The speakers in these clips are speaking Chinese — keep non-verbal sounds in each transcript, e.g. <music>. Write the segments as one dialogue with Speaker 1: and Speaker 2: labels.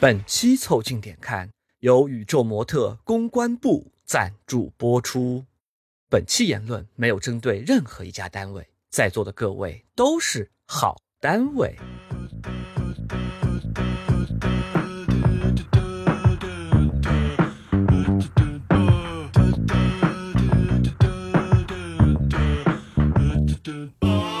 Speaker 1: 本期《凑近点看》由宇宙模特公关部赞助播出。本期言论没有针对任何一家单位，在座的各位都是好单位。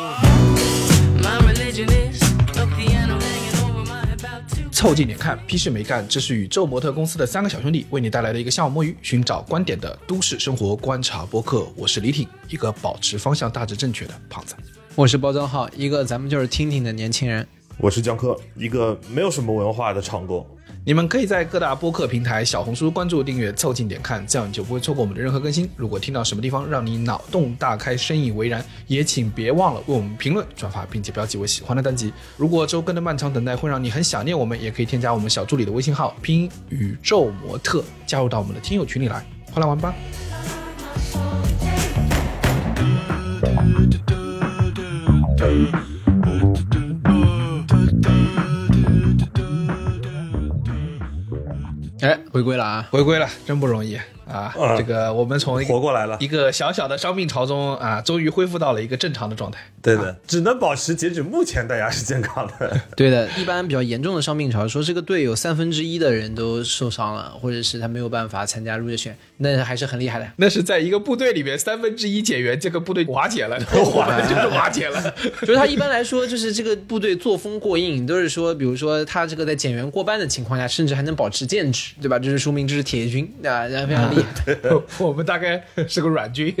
Speaker 2: My religion is a piano hanging over my about to
Speaker 3: 凑近点看，屁事没干。这是宇宙模特公司的三个小兄弟为你带来的一个下午摸鱼、寻找观点的都市生活观察播客。我是李挺，一个保持方向大致正确的胖子。
Speaker 4: 我是包装号，一个咱们就是听听的年轻人。
Speaker 5: 我是江科，一个没有什么文化的厂工。
Speaker 3: 你们可以在各大播客平台、小红书关注、订阅、凑近点看，这样你就不会错过我们的任何更新。如果听到什么地方让你脑洞大开、深以为然，也请别忘了为我们评论、转发，并且标记为喜欢的单集。如果周更的漫长等待会让你很想念我们，也可以添加我们小助理的微信号拼音宇宙模特，加入到我们的听友群里来，快来玩吧！
Speaker 4: 哎，回归了啊！
Speaker 3: 回归了，真不容易啊！
Speaker 5: 嗯
Speaker 3: 这个我们从一个
Speaker 5: 活过来了
Speaker 3: 一个小小的伤病潮中啊，终于恢复到了一个正常的状态。
Speaker 5: 对的，啊只能保持截止目前大家是健康 <laughs> 的。
Speaker 4: 对的，一般比较严重的伤病潮，说这个队有三分之一的人都受伤了，或者是他没有办法参加入选，那还是很厉害的。
Speaker 3: 那是在一个部队里面，三分之一减员，这个部队瓦解 <laughs> 了，瓦的就是瓦解了。 <laughs>
Speaker 4: 就是他一般来说，就是这个部队作风过硬，都是说，比如说他这个在减员过半的情况下，甚至还能保持建制，对吧？这是说明这是铁军啊，非常厉害。
Speaker 3: 我们大概是个软军，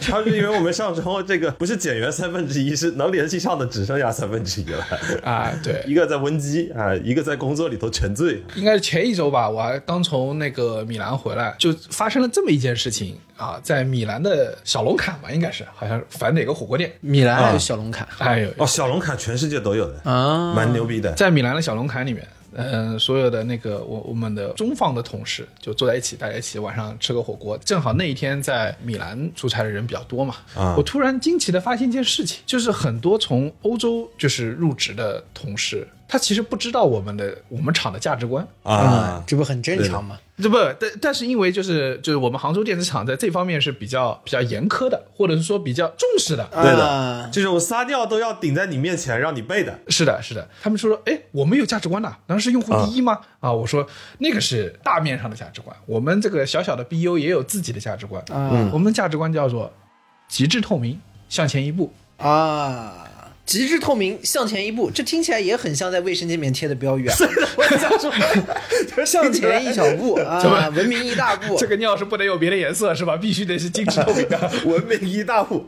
Speaker 5: 主要是因为我们上周这个不是减员三分之一，是能联系上的只剩下三分之一了。
Speaker 3: 啊，对，
Speaker 5: 一个在温基啊，一个在工作里头沉醉。
Speaker 3: 应该是前一周吧，我还刚从那个米兰回来，就发生了这么一件事情啊，在米兰的小龙坎吧，应该是好像反哪个火锅店，
Speaker 4: 米兰还有小龙坎
Speaker 3: 哎呦，
Speaker 5: 哦，小龙坎全世界都有的，
Speaker 4: 啊，
Speaker 5: 蛮牛逼的。
Speaker 3: 在米兰的小龙坎里面，嗯、所有的那个我我们的中方的同事就坐在一起，大家一起晚上吃个火锅。正好那一天在米兰出差的人比较多嘛，
Speaker 5: 啊
Speaker 3: 我突然惊奇的发现一件事情，就是很多从欧洲就是入职的同事，他其实不知道我们的我们厂的价值观。
Speaker 4: 啊
Speaker 5: 啊，，
Speaker 4: 这不很正常吗？
Speaker 3: 这不，但但是因为就是就是我们杭州电子厂在这方面是比较比较严苛的，或者是说比较重视的，
Speaker 5: 对的
Speaker 4: 啊，
Speaker 5: 这种撒尿都要顶在你面前让你背的。
Speaker 3: 是的，是的，他们说，哎，我们有价值观呐、难道是用户第一吗？啊我说那个是大面上的价值观，我们这个小小的 BU 也有自己的价值观。
Speaker 4: 啊
Speaker 3: 我们的价值观叫做极致透明，向前一步。
Speaker 4: 啊！极致透明，向前一步，这听起来也很像在卫生间里面贴的标语啊。
Speaker 5: 我想说，
Speaker 4: 向前一小步啊，文明一大步。
Speaker 3: 这个尿是不能有别的颜色是吧？必须得是精致透明
Speaker 5: <laughs>
Speaker 3: 的。
Speaker 5: <laughs> 文明一大步。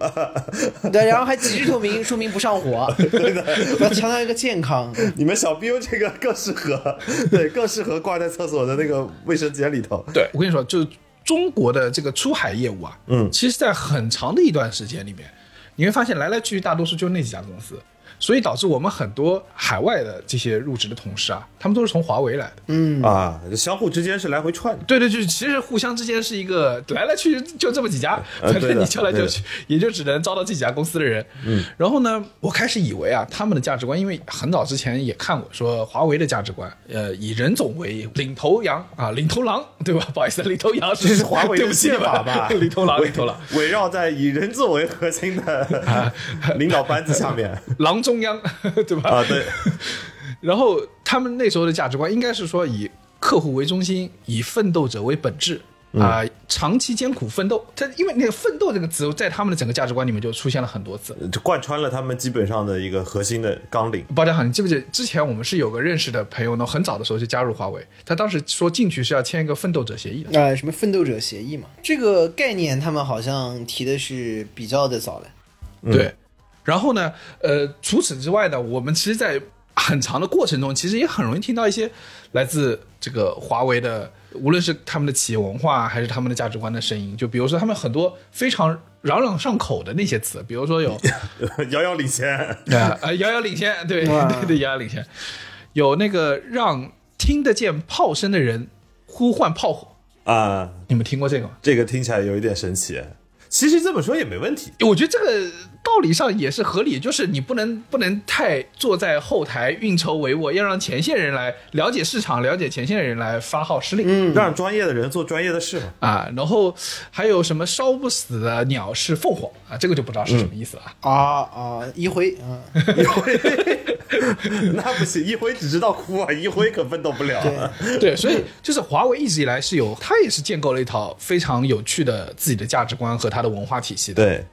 Speaker 4: 对，然后还极致透明，说明不上火。对的，要强调一个健康。
Speaker 5: <laughs> 你们小 BU 这个更适合，对，更适合挂在厕所的那个卫生间里头。
Speaker 3: 对，我跟你说，就是中国的这个出海业务啊，
Speaker 5: 嗯
Speaker 3: 其实在很长的一段时间里面，你会发现来来去去大多数就那几家公司，所以导致我们很多海外的这些入职的同事啊，他们都是从华为来的。
Speaker 5: 啊，相互之间是来回串
Speaker 3: <laughs>
Speaker 5: 的。
Speaker 3: 对对，就是其实互相之间是一个来来去去就这么几家，<laughs>
Speaker 5: 呃
Speaker 3: 反
Speaker 5: 对
Speaker 3: 正
Speaker 5: 的
Speaker 3: 你叫来就去，也就只能招到这几家公司的人。嗯，然后呢，我开始以为啊，他们的价值观，因为很早之前也看过说华为的价值观，呃，以任总为领头羊啊，领头狼，对吧？不好意思，领头羊
Speaker 5: 这
Speaker 3: 是
Speaker 5: 是华为
Speaker 3: <laughs> 对
Speaker 5: 的
Speaker 3: 不起你
Speaker 5: 宪
Speaker 3: 们？
Speaker 5: 法吧
Speaker 3: 领头狼，
Speaker 5: 围
Speaker 3: 领头狼，
Speaker 5: 围绕在以人作为核心
Speaker 3: <laughs>
Speaker 5: 的领导班子下面
Speaker 3: 狼中央， <laughs> 对吧？
Speaker 5: 啊，对，
Speaker 3: 然后他们那时候的价值观应该是说以客户为中心，以奋斗者为本质。啊、长期艰苦奋斗，他因为那个“奋斗”这个词，在他们的整个价值观里面就出现了很多次。
Speaker 5: 就贯穿了他们基本上的一个核心的纲领。 <laughs>
Speaker 3: 包家好，你记不记得之前我们是有个认识的朋友呢？很早的时候就加入华为，他当时说进去是要签一个奋斗者协议的。
Speaker 4: 呃，什么奋斗者协议嘛，这个概念他们好像提的是比较的早的。
Speaker 3: 对，然后呢，呃，嗯除此之外呢，我们其实，在很长的过程中，其实也很容易听到一些来自这个华为的，无论是他们的企业文化还是他们的价值观的声音。就比如说，他们很多非常朗朗上口的那些词，比如说 <laughs> 有
Speaker 5: 遥遥领先，
Speaker 3: 啊、呃，遥遥领先，对对 <laughs> 对，遥遥领先，有那个让听得见炮声的人呼唤炮火，
Speaker 5: 啊，
Speaker 3: 你们听过这个吗？
Speaker 5: 这个听起来有一点神奇。其实这么说也没问题，
Speaker 3: 我觉得这个道理上也是合理，就是你不能不能太坐在后台运筹帷幄，要让前线人来了解市场，了解前线人来发号施令。
Speaker 5: 让专业的人做专业的事嘛。 <laughs>
Speaker 3: 啊，然后还有什么烧不死的鸟是凤凰啊，这个就不知道是什么意思了啊。
Speaker 6: 啊啊，一辉啊，
Speaker 5: 一辉，那不行，一辉只知道哭啊，一辉可奋斗不了啊。
Speaker 3: 对，所以就是华为一直以来是有，它也是建构了一套非常有趣的自己的价值观和它的文化体系的。
Speaker 5: 对，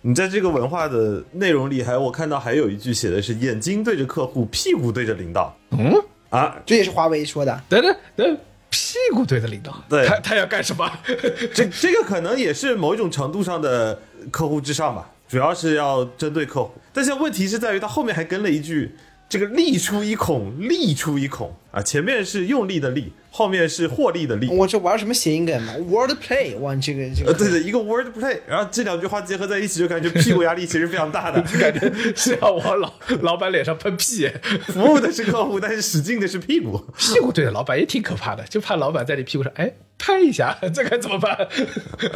Speaker 5: 你在这个文化的内容里还，我看到还有一句写的是眼睛对着客户，屁股对着领导
Speaker 3: 嗯，
Speaker 5: 啊。
Speaker 6: 这也是华为说的。
Speaker 3: 等等等，屁股对着领导，
Speaker 5: 对
Speaker 3: 他他要干什么？ <laughs>
Speaker 5: 这这个可能也是某一种程度上的客户至上吧，主要是要针对客户。但是问题是在于他后面还跟了一句。这个力出一孔，力出一孔啊！前面是用力的力，后面是获利的利。
Speaker 6: 我这玩什么谐音梗嘛？Word Play，哇，这个这
Speaker 5: 呃，
Speaker 6: 个，
Speaker 5: 对对，一个 word play，然后这两句话结合在一起，就感觉屁股压力其实非常 <laughs> 大的。
Speaker 3: 感觉是要往老老板脸上喷屁，
Speaker 5: 服务的是客户，但是使劲的是屁股
Speaker 3: 屁股对着老板也挺可怕的，就怕老板在你屁股上哎拍一下， <laughs> 这该怎么办？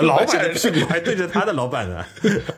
Speaker 5: 老
Speaker 3: <laughs>
Speaker 5: 板的
Speaker 3: 人
Speaker 5: 屁股还对着他的老板呢，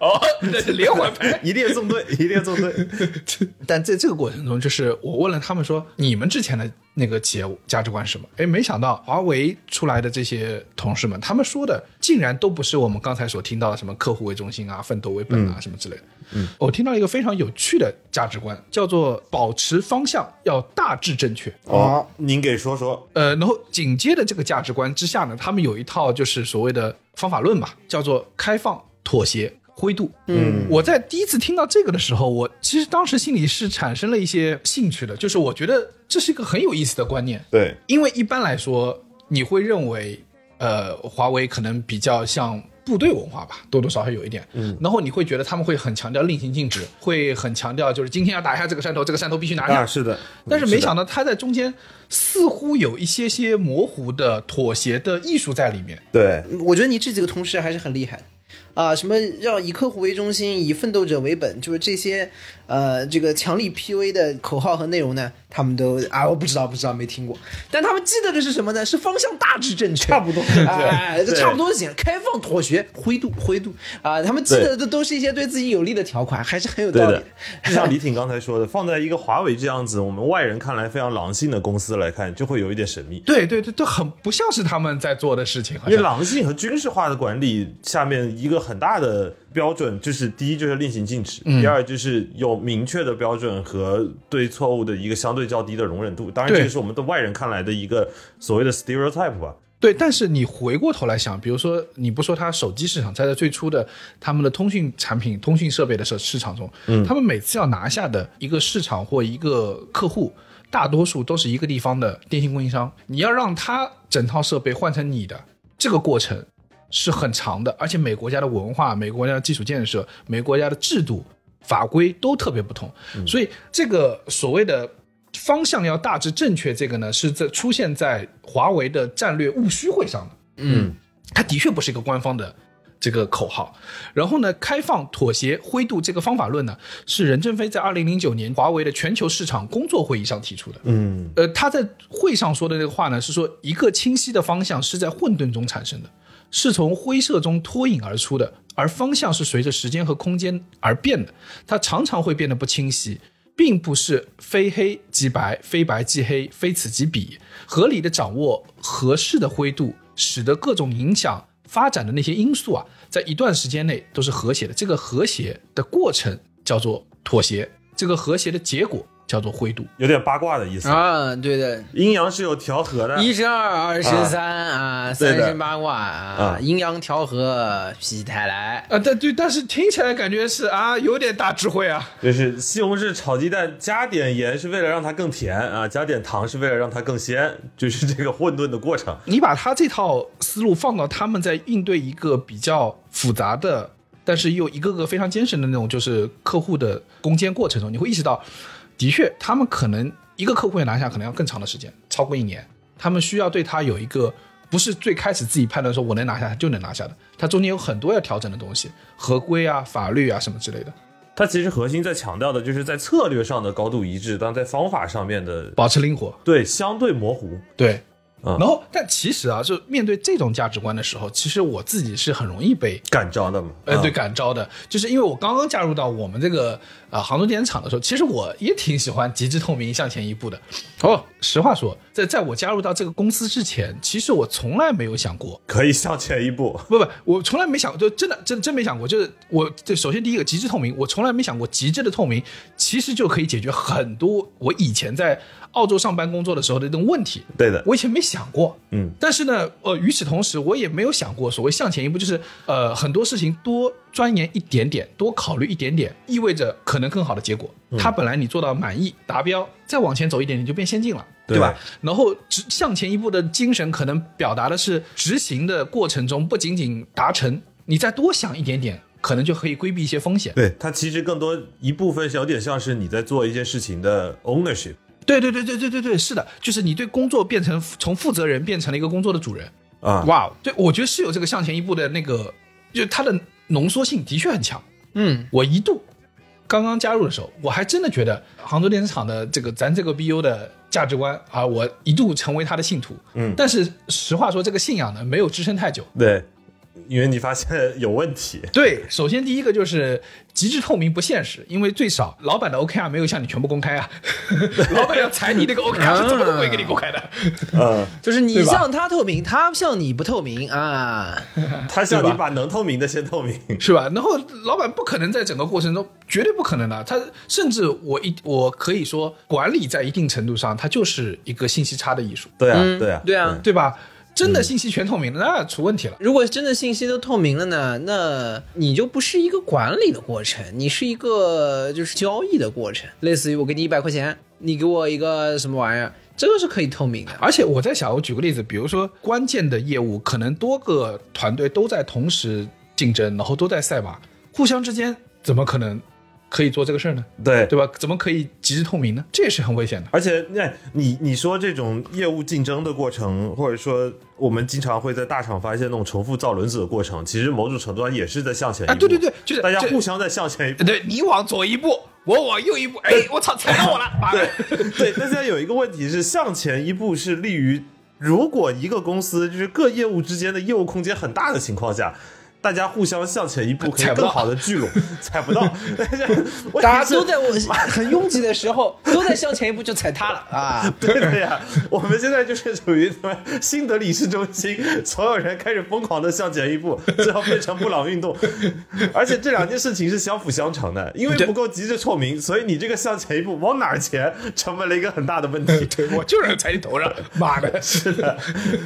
Speaker 3: 哦，那是连环拍。
Speaker 5: 一列纵 <laughs> 队，一列纵队。
Speaker 3: <laughs> 但在这个过程中，就是我问了他们说，你们之前的那个企业价值观是什么？哎，没想到华为出来的这些同事们，他们说的竟然都不是我们刚才所听到的什么客户为中心啊、奋斗为本啊、什么之类的。嗯，我听到一个非常有趣的价值观，叫做保持方向要大致正确。
Speaker 6: 哦，
Speaker 5: 您给说说，
Speaker 3: 呃，然后紧接着这个价值观之下呢，他们有一套就是所谓的方法论吧，叫做开放、妥协、灰度。嗯，我在第一次听到这个的时候，我其实当时心里是产生了一些兴趣的，就是我觉得这是一个很有意思的观念，
Speaker 5: 对，
Speaker 3: 因为一般来说你会认为，呃，华为可能比较像。部队文化吧，多多少少有一点。嗯，然后你会觉得他们会很强调令行禁止，会很强调就是今天要打下这个山头，这个山头必须拿下。
Speaker 5: 啊，是的，
Speaker 3: 但是
Speaker 5: 的
Speaker 3: 没想到他在中间似乎有一些些模糊的妥协的艺术在里面。
Speaker 5: 对，
Speaker 6: 我觉得你这几个同事还是很厉害的。啊，什么让以客户为中心，以奋斗者为本，就是这些，呃，这个强力 PUA 的口号和内容呢，他们都啊，我不知道，不知道，没听过。但他们记得的是什么呢？是方向大致正确，差不多，哎，这差不多就行了。开放、妥协、灰度、灰度啊，他们记得的都是一些对自己有利的条款，还是很有
Speaker 5: 对
Speaker 6: 道理
Speaker 5: 的。就像李挺刚才说的，放在一个华为这样子，我们外人看来非常狼性的公司来看，就会有一点神秘。
Speaker 3: 对对对，这很不像是他们在做的事情，好
Speaker 5: 因为
Speaker 3: 像
Speaker 5: 狼性和军事化的管理下面一个很大的标准就是，第一就是令行禁止，
Speaker 3: 嗯
Speaker 5: 第二就是有明确的标准和对错误的一个相对较低的容忍度。当然，
Speaker 3: 对
Speaker 5: 这也是我们的外人看来的一个所谓的 stereotype 吧。
Speaker 3: 对。但是你回过头来想，比如说你不说他手机市场，在这最初的他们的通讯产品、通讯设备的市市场中，
Speaker 5: 嗯
Speaker 3: 他们每次要拿下的一个市场或一个客户。大多数都是一个地方的电信供应商，你要让他整套设备换成你的，这个过程是很长的，而且每国家的文化、每国家的基础建设、每国家的制度、法规都特别不同，所以这个所谓的方向要大致正确，这个呢是在出现在华为的战略务虚会上的。
Speaker 4: 嗯，
Speaker 3: 它的确不是一个官方的这个口号。然后呢，开放、妥协、灰度这个方法论呢，是任正非在二零零九年华为的全球市场工作会议上提出的。
Speaker 5: 嗯，
Speaker 3: 呃，他在会上说的那个话呢，是说一个清晰的方向是在混沌中产生的，是从灰色中脱颖而出的，而方向是随着时间和空间而变的，它常常会变得不清晰，并不是非黑即白、非白即黑、非此即彼。合理的掌握合适的灰度，使得各种影响发展的那些因素啊，在一段时间内都是和谐的。这个和谐的过程叫做妥协，这个和谐的结果叫做灰度。
Speaker 5: 有点八卦的意思。
Speaker 4: 啊，对的，
Speaker 5: 阴阳是有调和的，
Speaker 4: 一生二，二生三啊，
Speaker 5: 对
Speaker 4: 三
Speaker 5: 的
Speaker 4: 生八卦啊
Speaker 5: 啊，
Speaker 4: 阴阳调和，否极泰来。
Speaker 3: 啊，但对，但是听起来感觉是啊，有点大智慧啊。
Speaker 5: 就是西红柿炒鸡蛋加点盐是为了让它更甜啊，加点糖是为了让它更鲜，就是这个混沌的过程。
Speaker 3: 你把他这套思路放到他们在应对一个比较复杂的，但是又一个个非常艰深的那种就是客户的攻坚过程中，你会意识到，的确，他们可能一个客户要拿下可能要更长的时间，超过一年，他们需要对他有一个。不是最开始自己判断说我能拿下就能拿下的，它中间有很多要调整的东西，合规啊、法律啊什么之类的，
Speaker 5: 它其实核心在强调的就是在策略上的高度一致，但在方法上面的
Speaker 3: 保持灵活。
Speaker 5: 对相对模糊。
Speaker 3: 对，然后，但其实啊，就面对这种价值观的时候，其实我自己是很容易被
Speaker 5: 感召啊的嘛。
Speaker 3: 呃，对，感召的，就是因为我刚刚加入到我们这个啊杭州电影厂的时候，其实我也挺喜欢极致透明、向前一步的。哦，实话说，在在我加入到这个公司之前，其实我从来没有想过，
Speaker 5: 可以向前一步。
Speaker 3: 不不，我从来没想，就真的真真没想过，就是我这首先第一个极致透明，我从来没想过极致的透明其实就可以解决很多我以前在澳洲上班工作的时候的这种问题。
Speaker 5: 对的，
Speaker 3: 我以前没想过，
Speaker 5: 嗯，
Speaker 3: 但是呢，呃，与此同时，我也没有想过所谓向前一步，就是呃，很多事情多钻研一点点，多考虑一点点，意味着可能更好的结果。它本来你做到满意达标，再往前走一点，你就变先进了，
Speaker 5: 对
Speaker 3: 对吧？然后直向前一步的精神，可能表达的是执行的过程中不仅仅达成，你再多想一点点，可能就可以规避一些风险。
Speaker 5: 对，它其实更多一部分是有点像是你在做一件事情的 ownership。
Speaker 3: 对对对对对对对，是的，就是你对工作变成从负责人变成了一个工作的主人。
Speaker 5: 啊，
Speaker 3: 哇哦，对，我觉得是有这个向前一步的那个，就它的浓缩性的确很强。
Speaker 4: 嗯，
Speaker 3: 我一度刚刚加入的时候，我还真的觉得杭州电视厂的这个咱这个 BU 的价值观啊，我一度成为他的信徒。
Speaker 5: 嗯
Speaker 3: 但是实话说，这个信仰呢，没有支撑太久。
Speaker 5: 对，因为你发现有问题，
Speaker 3: 对，首先第一个就是极致透明不现实，因为最少老板的 OKR 没有向你全部公开啊， <laughs> 老板要裁你那个
Speaker 5: 啊
Speaker 3: OKR 是怎么都不会给你公开的。
Speaker 5: 嗯，
Speaker 4: 就是你
Speaker 3: 对吧
Speaker 4: 向他透明，他向你不透明啊。
Speaker 5: 他向
Speaker 3: 嗯对
Speaker 5: 你
Speaker 3: 吧
Speaker 5: 把能透明的先透明，
Speaker 3: 是吧？然后老板不可能在整个过程中，绝对不可能的、他甚至我一我可以说，管理在一定程度上，它就是一个信息差的艺术，
Speaker 5: 对啊，对啊，
Speaker 4: 对啊
Speaker 3: 嗯对吧？真的信息全透明，那出问题了。
Speaker 4: 如果真的信息都透明了呢，那你就不是一个管理的过程，你是一个就是交易的过程，类似于我给你一百块钱，你给我一个什么玩意儿，这个是可以透明的。
Speaker 3: 而且我在想，我举个例子，比如说关键的业务，可能多个团队都在同时竞争，然后都在赛马，互相之间怎么可能可以做这个事儿呢？
Speaker 5: 嗯对
Speaker 3: 对吧？怎么可以极致透明呢？这也是很危险的。
Speaker 5: 而且，那你你说这种业务竞争的过程，或者说我们经常会在大厂发现那种重复造轮子的过程，其实某种程度上也是在向前一步。
Speaker 3: 啊对对对就是
Speaker 5: 大家
Speaker 3: 这
Speaker 5: 互相在向前一步。
Speaker 3: 对你往左一步，我往右一步，哎，我操，踩到我了，妈的！
Speaker 5: 对，但现在有一个问题是，向前一步是利于，如果一个公司就是各业务之间的业务空间很大的情况下。大家互相向前一步，可以
Speaker 3: 踩不
Speaker 5: 更
Speaker 3: 到
Speaker 5: 好的聚拢，踩不到。 <laughs> 但是问题
Speaker 4: 大家
Speaker 5: 是
Speaker 4: 都在我很拥挤的时候，都在向前一步就踩踏了啊！
Speaker 5: <laughs> 对的呀，我们现在就是属于什么新德里市中心，所有人开始疯狂的向前一步，最后变成布朗运动。 <laughs> 而且这两件事情是相辅相成的，因为不够极致透明，所以你这个向前一步往哪儿前，成为了一个很大的问题。
Speaker 3: <laughs> 对我就是踩你头上，妈的！
Speaker 5: 是的，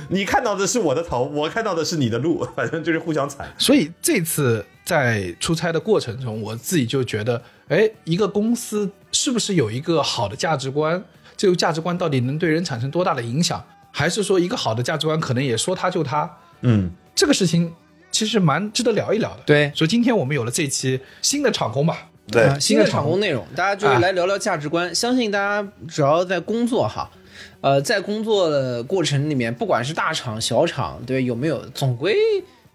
Speaker 5: 你看到的是我的头，我看到的是你的路， <laughs> 反正就是互相踩。
Speaker 3: <laughs> 所以这次在出差的过程中，我自己就觉得，哎，一个公司是不是有一个好的价值观？这个价值观到底能对人产生多大的影响？还是说一个好的价值观可能也说它就它？
Speaker 5: 嗯，
Speaker 3: 这个事情其实蛮值得聊一聊的。
Speaker 4: 对
Speaker 3: 所以今天我们有了这期新的场工吧。
Speaker 5: 对
Speaker 4: 啊新的场哎工内容，大家就是来聊聊价值观。相信大家只要在工作哈，呃，在工作的过程里面，不管是大厂小厂，对有没有，总归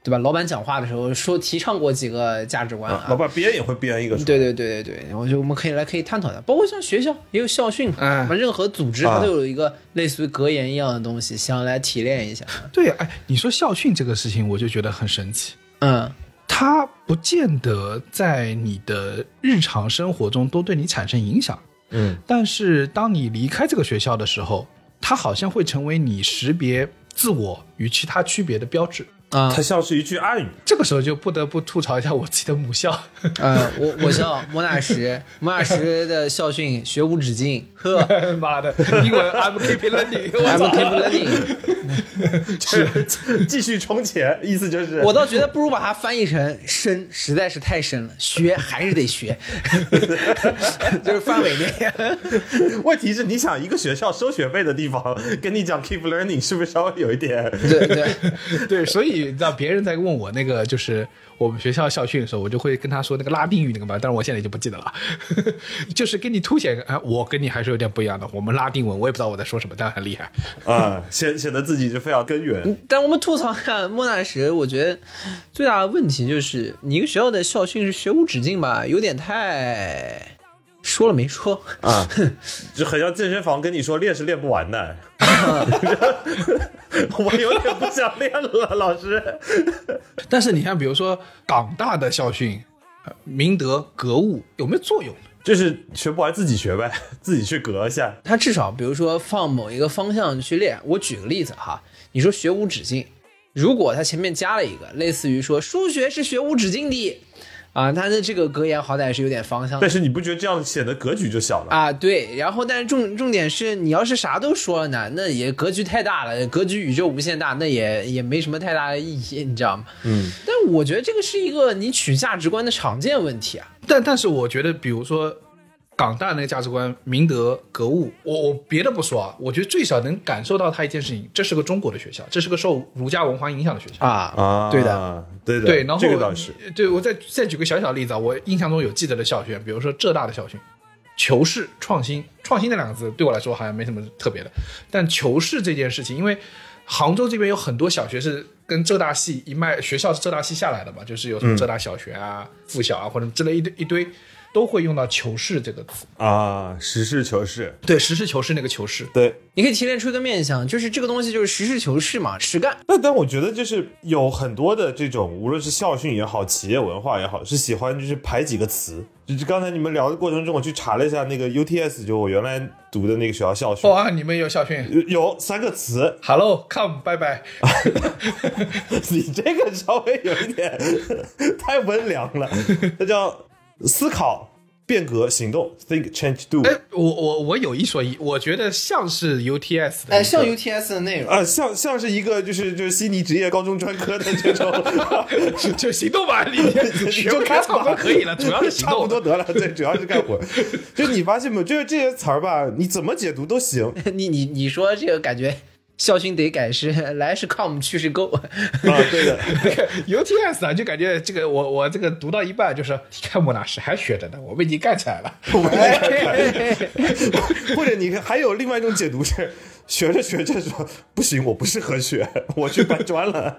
Speaker 4: 对吧？老板讲话的时候说提倡过几个价值观啊。
Speaker 5: 老板编也会编一个出来，
Speaker 4: 对对对对对，我觉得我们可以来可以探讨一下，包括像学校也有校训嘛，
Speaker 3: 嗯
Speaker 4: 那任何组织
Speaker 5: 啊
Speaker 4: 它都有一个类似于格言一样的东西，想来提炼一下。
Speaker 3: 对呀，哎，你说校训这个事情，我就觉得很神奇。
Speaker 4: 嗯，
Speaker 3: 它不见得在你的日常生活中都对你产生影响，
Speaker 5: 嗯，
Speaker 3: 但是当你离开这个学校的时候，它好像会成为你识别自我与其他区别的标志。
Speaker 4: 啊
Speaker 5: 它像是一句暗语。 <laughs>
Speaker 3: 这个时候就不得不吐槽一下我自己的母校， <laughs>
Speaker 4: 呃，我我叫莫纳什，莫纳什的校训“学无止境”， <laughs> 呵
Speaker 3: 妈的，英文 I'm keeping learning，我
Speaker 4: ，I'm
Speaker 3: 操
Speaker 4: <laughs> keep learning。
Speaker 5: 是继续充钱，意思就是
Speaker 4: 我倒觉得不如把它翻译成“深”，实在是太深了，学还是得学， <laughs> 就是范围内。
Speaker 5: <laughs> 问题是，你想一个学校收学费的地方， <laughs> 跟你讲 keep learning，是不是稍微有一点？ <laughs>
Speaker 4: 对对，
Speaker 3: 对，所以让别人在问我那个就是我们学校校训的时候，我就会跟他说那个拉丁语那个嘛，但是我现在已经不记得了， <laughs> 就是跟你凸显，哎，我跟你还是有点不一样的。我们拉丁文我也不知道我在说什么，但很厉害。
Speaker 5: 啊、显显得自己就非常根源。
Speaker 4: 但我们吐槽一下莫纳什，我觉得最大的问题就是你一个学校的校训是“学无止境”吧，有点太说了没说。
Speaker 5: 啊，就很像健身房跟你说练是练不完的， <laughs> 我有点不想练了，老师。
Speaker 3: 但是你看，比如说港大的校训，呃明德格物有没有作用呢？
Speaker 5: 就是学不完自己学呗， <laughs> 自己去革一下。
Speaker 4: 它至少比如说放某一个方向去练。我举个例子哈，你说学无止境，如果它前面加了一个类似于说数学是学无止境的啊，它的这个格言好歹是有点方向的
Speaker 5: 但。是你不觉得这样显得格局就小了？
Speaker 4: 啊，对，然后但是重重点是你要是啥都说了呢，那也格局太大了，格局宇宙无限大，那也也没什么太大的意义，你知道吗？嗯，但我觉得这个是一个你取价值观的常见问题啊。
Speaker 3: 但但是我觉得，比如说港大那个价值观，明德格物，我我别的不说啊，我觉得最少能感受到他一件事情，这是个中国的学校，这是个受儒家文化影响的学校。
Speaker 4: 啊
Speaker 5: 啊，
Speaker 4: 对的，
Speaker 5: 对的，
Speaker 3: 对，然后
Speaker 5: 这个倒是。
Speaker 3: 对我再再举个小小例子啊，我印象中有记得的校训，比如说浙大的校训，求是创新，创新那两个字对我来说好像没什么特别的，但求是这件事情，因为杭州这边有很多小学是跟浙大系一脉，学校是浙大系下来的嘛，就是有什么浙大小学啊、附小啊或者之类一堆一堆，都会用到求是这个词。
Speaker 5: 啊，实事求是，
Speaker 3: 对，实事求是那个求是，
Speaker 5: 对。
Speaker 4: 你可以提炼出一个面向，就是这个东西就是实事求是嘛，实干。
Speaker 5: 但但我觉得就是有很多的这种，无论是校训也好，企业文化也好，是喜欢就是排几个词。就是刚才你们聊的过程中，我去查了一下那个 UTS，就我原来读的那个学校校训，
Speaker 3: 哇、哦啊你们有校训
Speaker 5: 有有三个词，
Speaker 3: <laughs> ，Hello come 拜拜，
Speaker 5: 你这个稍微有一点太温良了，那叫思考、变革、行动 （think, change, do）。
Speaker 3: 哎，我我我有一说一，我觉得像是 UTS 的
Speaker 4: 呃
Speaker 3: 一个，
Speaker 6: 哎，像 UTS 的内容，
Speaker 5: 啊，像像是一个就是就是悉尼职业高中专科的这种，
Speaker 3: <laughs> 就行动吧，
Speaker 5: <laughs>
Speaker 3: 你 <laughs> 学会开唱歌可以了，主要是行
Speaker 5: 差不
Speaker 3: 动。
Speaker 5: 多得了，对，主要是干活。就你发现没有，就是这些词儿吧，你怎么解读都行，
Speaker 4: <laughs>
Speaker 5: <laughs> 啊
Speaker 4: 你你你说这个感觉，校训得改是 <laughs> 来是 come 去是 go，
Speaker 5: 啊，对的，
Speaker 3: UTS 啊，就感觉这个我我这个读到一半就说，你看莫老师还学着呢，我们已经干起来了。哎
Speaker 5: <laughs> 或者你看还有另外一种解读是，学着学着说不行，我不适合学，我去搬砖了。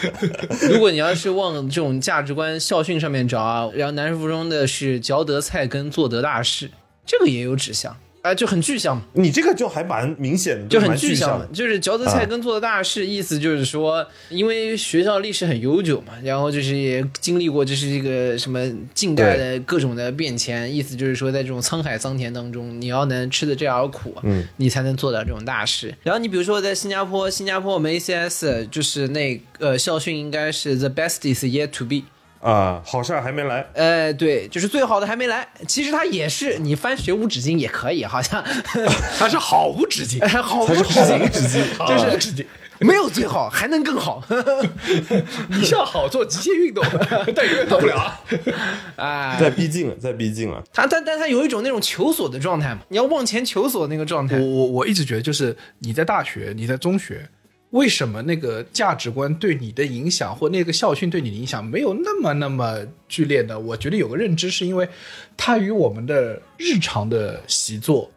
Speaker 5: <laughs>
Speaker 4: 如果你要是往这种价值观校训上面找啊，然后南师附中的是嚼得菜根，做得大事，这个也有指向，啊、就很具象嘛，
Speaker 5: 你这个就还蛮明显的，
Speaker 4: 就很
Speaker 5: 蛮
Speaker 4: 具
Speaker 5: 具
Speaker 4: 象
Speaker 5: 象
Speaker 4: 嘛
Speaker 5: 的，。
Speaker 4: 就是嚼得菜根，做得大事，意思就是说，因为学校历史很悠久嘛，然后就是也经历过就是这个什么近代的各种的变迁，意思就是说，在这种沧海桑田当中，你要能吃得这样苦，嗯，你才能做到这种大事。然后你比如说在新加坡，新加坡我们 ACS 就是那呃校训应该是 The best is yet to be。
Speaker 5: 啊，好事儿还没来，
Speaker 4: 呃，对，就是最好的还没来。其实它也是，你翻学无止境也可以，好
Speaker 5: <laughs>
Speaker 4: 像
Speaker 3: 他是毫无止境，
Speaker 4: 好无
Speaker 5: 还是
Speaker 4: 止
Speaker 5: 毫
Speaker 4: 境，
Speaker 5: 无止境，
Speaker 3: 就
Speaker 5: 啊
Speaker 3: 是止境。
Speaker 4: 没有最好，还能更好。 <laughs>
Speaker 3: 你像好做极限运 <laughs> 动，但永远到不了啊。
Speaker 5: <laughs>
Speaker 4: 哎，
Speaker 5: 在逼近了，在逼近了。
Speaker 4: 他但但他有一种那种求索的状态嘛，你要往前求索那个状态
Speaker 3: 我。我我一直觉得，就是你在大学，你在中学，为什么那个价值观对你的影响，或那个校训对你的影响没有那么那么剧烈呢？我觉得有个认知，是因为它与我们的日常的习作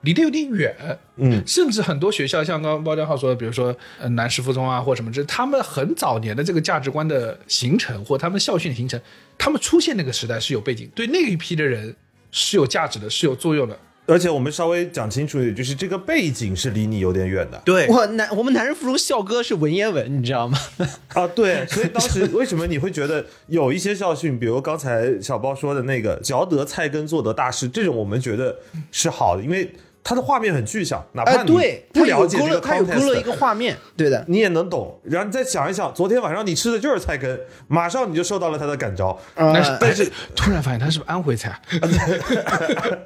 Speaker 3: 离得有点远。
Speaker 5: 嗯，
Speaker 3: 甚至很多学校，像刚刚包江浩说的，比如说呃南师附中啊，或什么这，他们很早年的这个价值观的形成，或他们校训的形成，他们出现那个时代是有背景，对那一批的人是有价值的，是有作用的。
Speaker 5: 而且我们稍微讲清楚一点，就是这个背景是离你有点远的。
Speaker 3: 对
Speaker 4: 我南我们南师附中校歌是文言文，你知道吗？
Speaker 5: <laughs> 啊，对，所以当
Speaker 4: <laughs>
Speaker 5: 时为什么你会觉得有一些校训，比如刚才小包说的那个“嚼得菜根，做得大事”，这种我们觉得是好的，因为它的画面很具象，哪
Speaker 4: 哎，
Speaker 5: 怕你
Speaker 4: 对，
Speaker 5: 不
Speaker 4: 他有
Speaker 5: 了解
Speaker 4: 勾
Speaker 5: 这
Speaker 4: 勒，
Speaker 5: 个
Speaker 4: 他有勾
Speaker 5: context，
Speaker 4: 勒一个画面，对的。
Speaker 5: 你也能懂。然后你再想一想，昨天晚上你吃的就是菜根，马上你就受到了它的感召。
Speaker 4: 呃
Speaker 3: 但是但
Speaker 4: <laughs>
Speaker 3: 是突然发现他是不是安徽菜啊？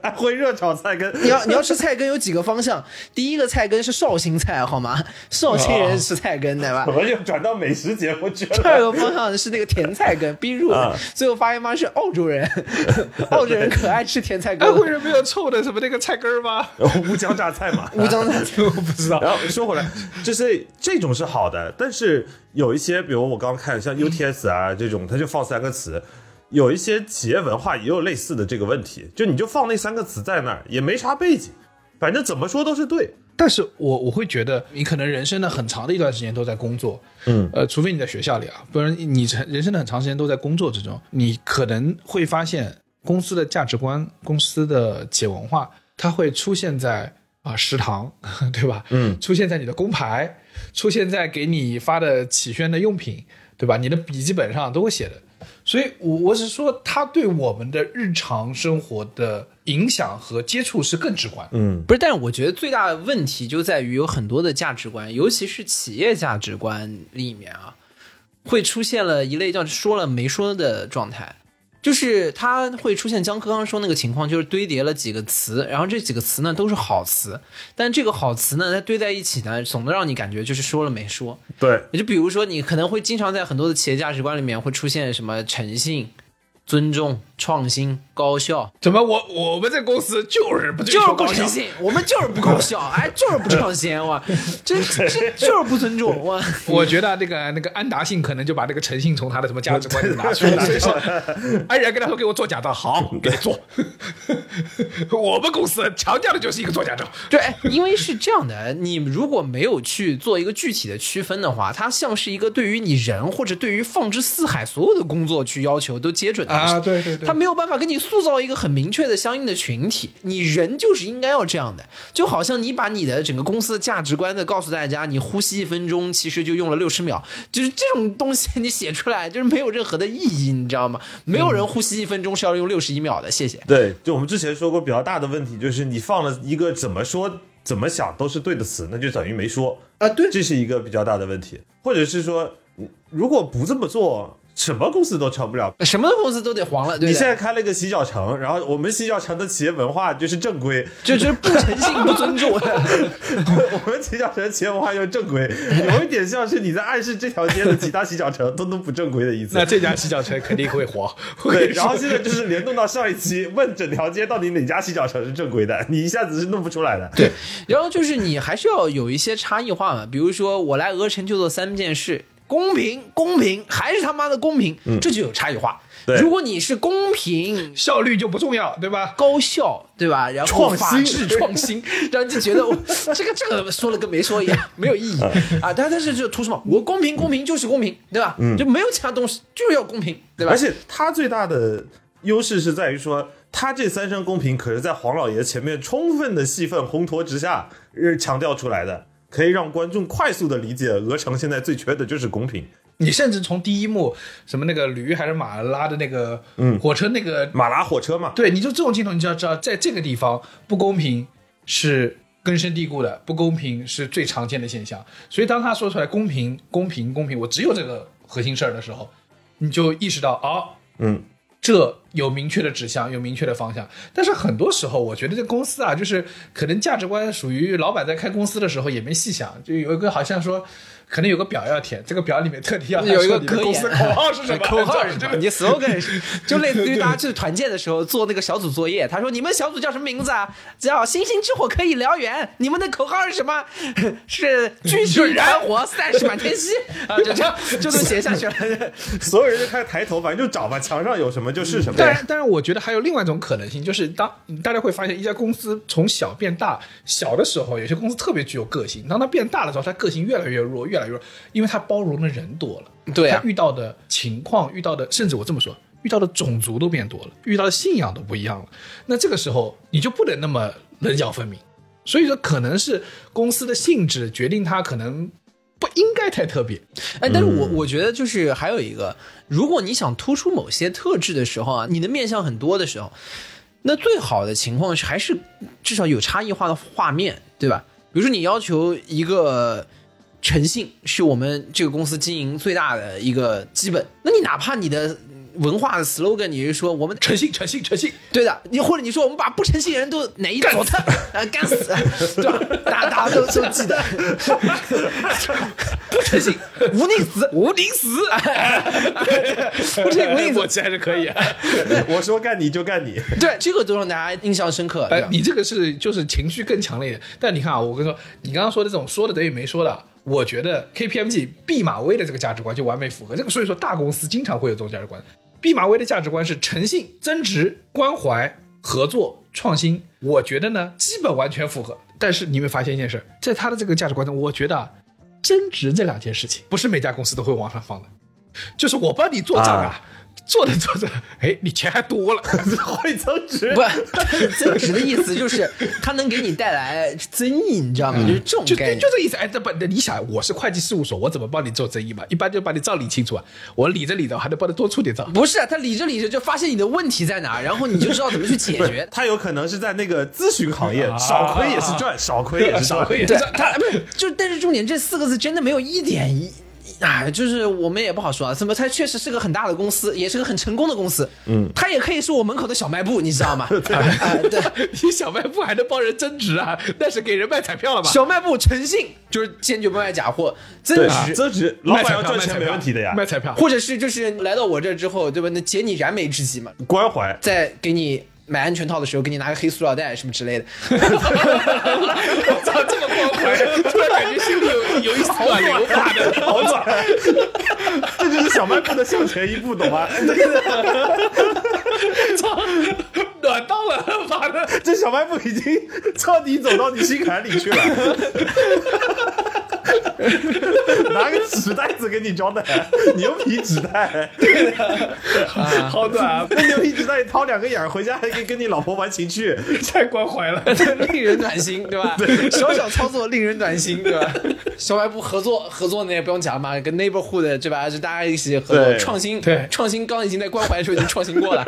Speaker 5: 安徽热炒菜根，
Speaker 4: 你要你要吃菜根有几个方向？第一个菜根是绍兴菜，好吗？绍兴人吃菜根对吧
Speaker 5: 怎？么又转到美食节目去
Speaker 4: <laughs> 第二
Speaker 5: 了？
Speaker 4: 个方向是那个甜菜根，逼入
Speaker 5: 啊。
Speaker 4: 最后发现妈是澳洲 <laughs> 人，澳洲人可爱吃甜菜根
Speaker 3: 安
Speaker 4: 了。
Speaker 3: 徽人没有臭的什么那个菜根儿吗？
Speaker 5: 乌江榨菜嘛，
Speaker 4: 乌江菜
Speaker 3: <laughs> 我不知道。
Speaker 5: <laughs> 然后说回来，就是这种是好的，但是有一些，比如我刚刚看像 UTS 啊这种，它就放三个词。有一些企业文化也有类似的这个问题，就你就放那三个词在那儿，也没啥背景，反正怎么说都是对。
Speaker 3: 但是我我会觉得，你可能人生的很长的一段时间都在工作，嗯，呃，除非你在学校里啊，不然你成人生的很长时间都在工作之中，你可能会发现公司的价值观、公司的企业文化，它会出现在啊、食堂， <laughs> 对吧？
Speaker 5: 嗯
Speaker 3: 出现在你的工牌，出现在给你发的启轩的用品，对吧？你的笔记本上都会写的。所以我，我是说，它对我们的日常生活的影响和接触是更直观。
Speaker 5: 嗯，
Speaker 4: 不是，但是我觉得最大的问题就在于有很多的价值观，尤其是企业价值观里面啊，会出现了一类叫说了没说的状态，就是它会出现江科刚说那个情况，就是堆叠了几个词，然后这几个词呢都是好词，但这个好词呢它堆在一起呢，总能让你感觉就是说了没说。
Speaker 5: 对，
Speaker 4: 也就比如说，你可能会经常在很多的企业价值观里面会出现什么诚信、尊重、创新、高效。
Speaker 3: 怎么我我们在公司就是不追
Speaker 4: <laughs> 就是
Speaker 3: 求
Speaker 4: 不
Speaker 3: 高效
Speaker 4: 诚？信，我们就是不够笑，哎，就是不创新， <laughs> 我这这这就是不尊重我。
Speaker 3: 我觉得那个那个安达信可能就把那个诚信从他的什么价值观里拿出来，
Speaker 5: <laughs>
Speaker 3: 拿出来 <laughs> 安然跟他说给我做假账，好，给你做。 <laughs> 我们公司强调的就是一个做假账。
Speaker 4: 对，哎因为是这样的，你如果没有去做一个具体的区分的话，它像是一个对于你人或者对于放之四海所有的工作去要求都接准的
Speaker 3: 啊对对对
Speaker 4: 它没有办法给你塑造一个很明确的相应的群体。你人就是应该要这样的，就好像你把你的整个公司的价值观的告诉大家，你呼吸一分钟其实就用了六十秒，就是这种东西你写出来就是没有任何的意义，你知道吗？没有人呼吸一分钟是要用六十一秒的，谢谢。
Speaker 5: 对，就我们之前说过比较大的问题，就是你放了一个怎么说、怎么想都是对的词，那就等于没说
Speaker 6: 啊对
Speaker 5: 这是一个比较大的问题。或者是说，嗯如果不这么做，什么公司都成不了。
Speaker 4: 什么公司都得黄了，对
Speaker 5: 你
Speaker 4: 不
Speaker 5: 现
Speaker 4: 对？
Speaker 5: 在开了一个洗脚城，然后我们洗脚城的企业文化就是正规，
Speaker 4: 就就是不诚信、不尊重。
Speaker 5: <laughs> 我们洗脚城的企业文化就是正规，有一点像是你在暗示这条街的其他洗脚城都能不正规的意思
Speaker 3: 那。这家洗脚城肯定会火。我跟
Speaker 5: 对，
Speaker 3: 你
Speaker 5: 然后
Speaker 3: 说，
Speaker 5: 现在就是联动到上一期，问整条街到底哪家洗脚城是正规的， <laughs> 你一下子是弄不出来的。
Speaker 4: 对，然后就是你还是要有一些差异化嘛，比如说我来鹅城就做三件事。公平，公平，还是他妈的公平，这就有差异化。
Speaker 5: 嗯对
Speaker 4: 如果你是公平、
Speaker 3: 效率就不重要，对吧？
Speaker 4: 高效，对吧？然后
Speaker 5: 创
Speaker 4: 法
Speaker 5: 新
Speaker 4: 治创
Speaker 5: <laughs>
Speaker 4: 新，然后就觉得我这个这个说了跟没说一样，没有意义啊。但但是就图什么？我公平，公平就是公平，对吧？
Speaker 5: 嗯
Speaker 4: 就没有其他东西，就是要公平，对吧
Speaker 5: 而？且他最大的优势是在于说，他这三声公平可是在黄老爷前面充分的戏份烘托之下，呃强调出来的，可以让观众快速的理解鹅城现在最缺的就是公平。
Speaker 3: 你甚至从第一幕什么那个驴还是马拉的那个
Speaker 5: 嗯
Speaker 3: 火车那个，
Speaker 5: 马拉火车嘛，
Speaker 3: 对，你就这种镜头，你就要知道，在这个地方不公平是根深蒂固的，不公平是最常见的现象。所以当他说出来公平、公平、公平，我只有这个核心事儿的时候，你就意识到哦，
Speaker 5: 嗯，
Speaker 3: 这有明确的指向，有明确的方向。但是很多时候，我觉得这公司啊，就是可能价值观属于老板在开公司的时候也没细想，就有一个好像说，可能有个表要填，这个表里面特地要
Speaker 4: 有一
Speaker 3: 说
Speaker 4: 个
Speaker 3: 你的
Speaker 4: 格
Speaker 3: 公
Speaker 4: 言
Speaker 3: 司口号是什么？
Speaker 4: <laughs> 口号是
Speaker 3: 是
Speaker 4: 什
Speaker 3: 这
Speaker 4: 么？
Speaker 3: 个
Speaker 4: 你 slogan 是，就类似于大家去团建的时候做那个小组作业，他说你们小组叫什么名字啊？叫星星之火可以燎原。你们的口号是什么？ <laughs> 是聚聚燃火，散是满天
Speaker 3: <laughs>
Speaker 4: 星啊！就这样就能写下去了。
Speaker 5: <laughs> 所有人就开始抬头，反正就找吧，墙上有什么就是什么。
Speaker 3: 当然，当然，我觉得还有另外一种可能性，就是当大家会发现一家公司从小变大，小的时候有些公司特别具有个性，当它变大了之后，它个性越来越弱，越来越弱，因为它包容的人多了，
Speaker 4: 对啊
Speaker 3: 它遇到的情况、遇到的，甚至我这么说，遇到的种族都变多了，遇到的信仰都不一样了，那这个时候你就不能那么棱角分明，所以说可能是公司的性质决定它可能不应该太特别，
Speaker 4: 哎，但是我我觉得就是还有一个，如果你想突出某些特质的时候啊，你的面向很多的时候，那最好的情况是还是至少有差异化的画面，对吧？比如说你要求一个诚信是我们这个公司经营最大的一个基本，那你哪怕你的文化的 slogan 你是说我们
Speaker 3: 诚信，诚信，诚 <laughs> 信。
Speaker 4: 对的，你或者你说我们把不诚信的人都哪一 <laughs> 左侧啊干死，对吧？大大家都都记 <laughs> 得，不诚信，无宁死，无宁死， <laughs> 不诚信无宁
Speaker 3: 我
Speaker 4: 死，
Speaker 3: 其实还是可以、啊
Speaker 5: 我说干你就干你，
Speaker 4: 对这个都让大家印象深刻。对
Speaker 3: 哎
Speaker 4: 吧，
Speaker 3: 你这个是就是情绪更强烈一点。但你看啊，我跟你说，你刚刚说的这种说的等于没说的，我觉得 KPMG 毕马威的这个价值观就完美符合这个。所以说，大公司经常会有这种价值观。毕马威的价值观是诚信、增值、关怀、合作、创新。我觉得呢，基本完全符合。但是你有没有发现一件事，在他的这个价值观中，我觉得啊，增值这两件事情不是每家公司都会往上放的，就是我帮你做账啊。做着做着，哎，你钱还多了，
Speaker 5: 会增值。
Speaker 4: 不， <laughs> 增值的意思就是它能给你带来增益，你知道吗？嗯就是这
Speaker 3: 就
Speaker 4: 种概念。
Speaker 3: 就这意思。哎，这不，你想，我是会计事务所，我怎么帮你做生意嘛？一般就把你账理清楚啊，我理着理着，还能帮他多出点账。
Speaker 4: 不是啊，他理着理着就发现你的问题在哪，然后你就知道怎么去解决
Speaker 5: 他有可能是在那个咨询行
Speaker 3: 啊
Speaker 5: 业，少亏也是赚，少亏也是
Speaker 3: 少
Speaker 5: 赚。
Speaker 3: 亏也是
Speaker 4: 对
Speaker 3: 赚
Speaker 4: 他不是，就但是重点这四个字真的没有一点一。啊，就是我们也不好说啊，怎么它确实是个很大的公司，也是个很成功的公司，嗯，它也可以是我门口的小卖部，你知道 <laughs> 吗？啊，对，
Speaker 3: 你小卖部还能帮人增值啊？那是给人卖彩票了吧？
Speaker 4: 小卖部诚信就是坚决不卖假货，增
Speaker 5: 对，
Speaker 4: 值
Speaker 5: 增值，老
Speaker 3: 卖
Speaker 5: 板
Speaker 3: 彩
Speaker 5: 要
Speaker 3: 票
Speaker 5: 赚钱没问题的呀。
Speaker 3: 卖彩票。
Speaker 4: 或者是就是来到我这之后，对吧？那解你燃眉之急嘛，
Speaker 5: 关怀，
Speaker 4: 在给你买安全套的时候，给你拿个黑塑料袋什么之类的，
Speaker 3: 我操，这么光环，突然感觉心里有有一丝暖流发的。
Speaker 5: 好转， <laughs> 这就是小卖部的向前一步，懂吗？
Speaker 3: 操，暖到了，妈的！
Speaker 5: 这小卖部已经彻底走到你心坎里
Speaker 3: <laughs>
Speaker 5: 去了。拿个纸袋子给你装的牛皮纸袋，
Speaker 3: 好暖啊，
Speaker 5: 那牛皮纸袋掏两个眼儿，回家还可以跟你老婆玩情趣。
Speaker 3: 太关怀了。
Speaker 4: <laughs> 令人暖心，对吧？小小操作令人暖心，对吧？ <laughs> 小卖部合作合作呢也不用讲嘛，跟 neighborhood 对吧？就大家一起合作
Speaker 5: 对
Speaker 4: 创新，
Speaker 3: 对
Speaker 4: 创新刚已经在关怀的时候已经创新过了，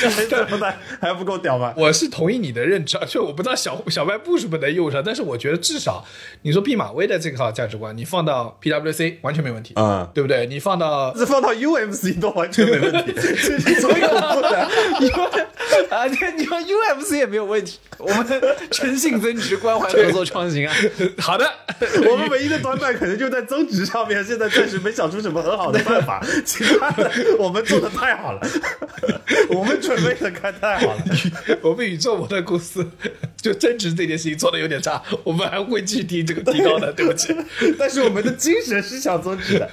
Speaker 5: 这还这么大还不够屌吗？
Speaker 3: 我是同意你的认知，啊，就我不知道小 <laughs> 小卖部是不是能用上，但是我觉得至少你说毕马威的这套价值观，你放到 PWC 完全没问题，
Speaker 5: 嗯
Speaker 3: 对不对？你放到 <laughs>
Speaker 5: 这放到 UMC 都完全没问题，这是最恐怖的。
Speaker 4: <laughs> 啊，对，你说 UFC 也没有问题，我们诚信增值，关怀合作创新啊，
Speaker 3: 好的， <laughs>
Speaker 5: 我们唯一的短板可能就在增值上面，现在暂时没想出什么很好的办法。其他的我们做的太好了，我们准备的看太好了。
Speaker 3: 我们宇宙模特公司 <laughs> 就增值这件事情做的有点差，我们还会去提这个提高的，对不起。 <laughs>
Speaker 5: <laughs> 但是我们的精神是想增值的。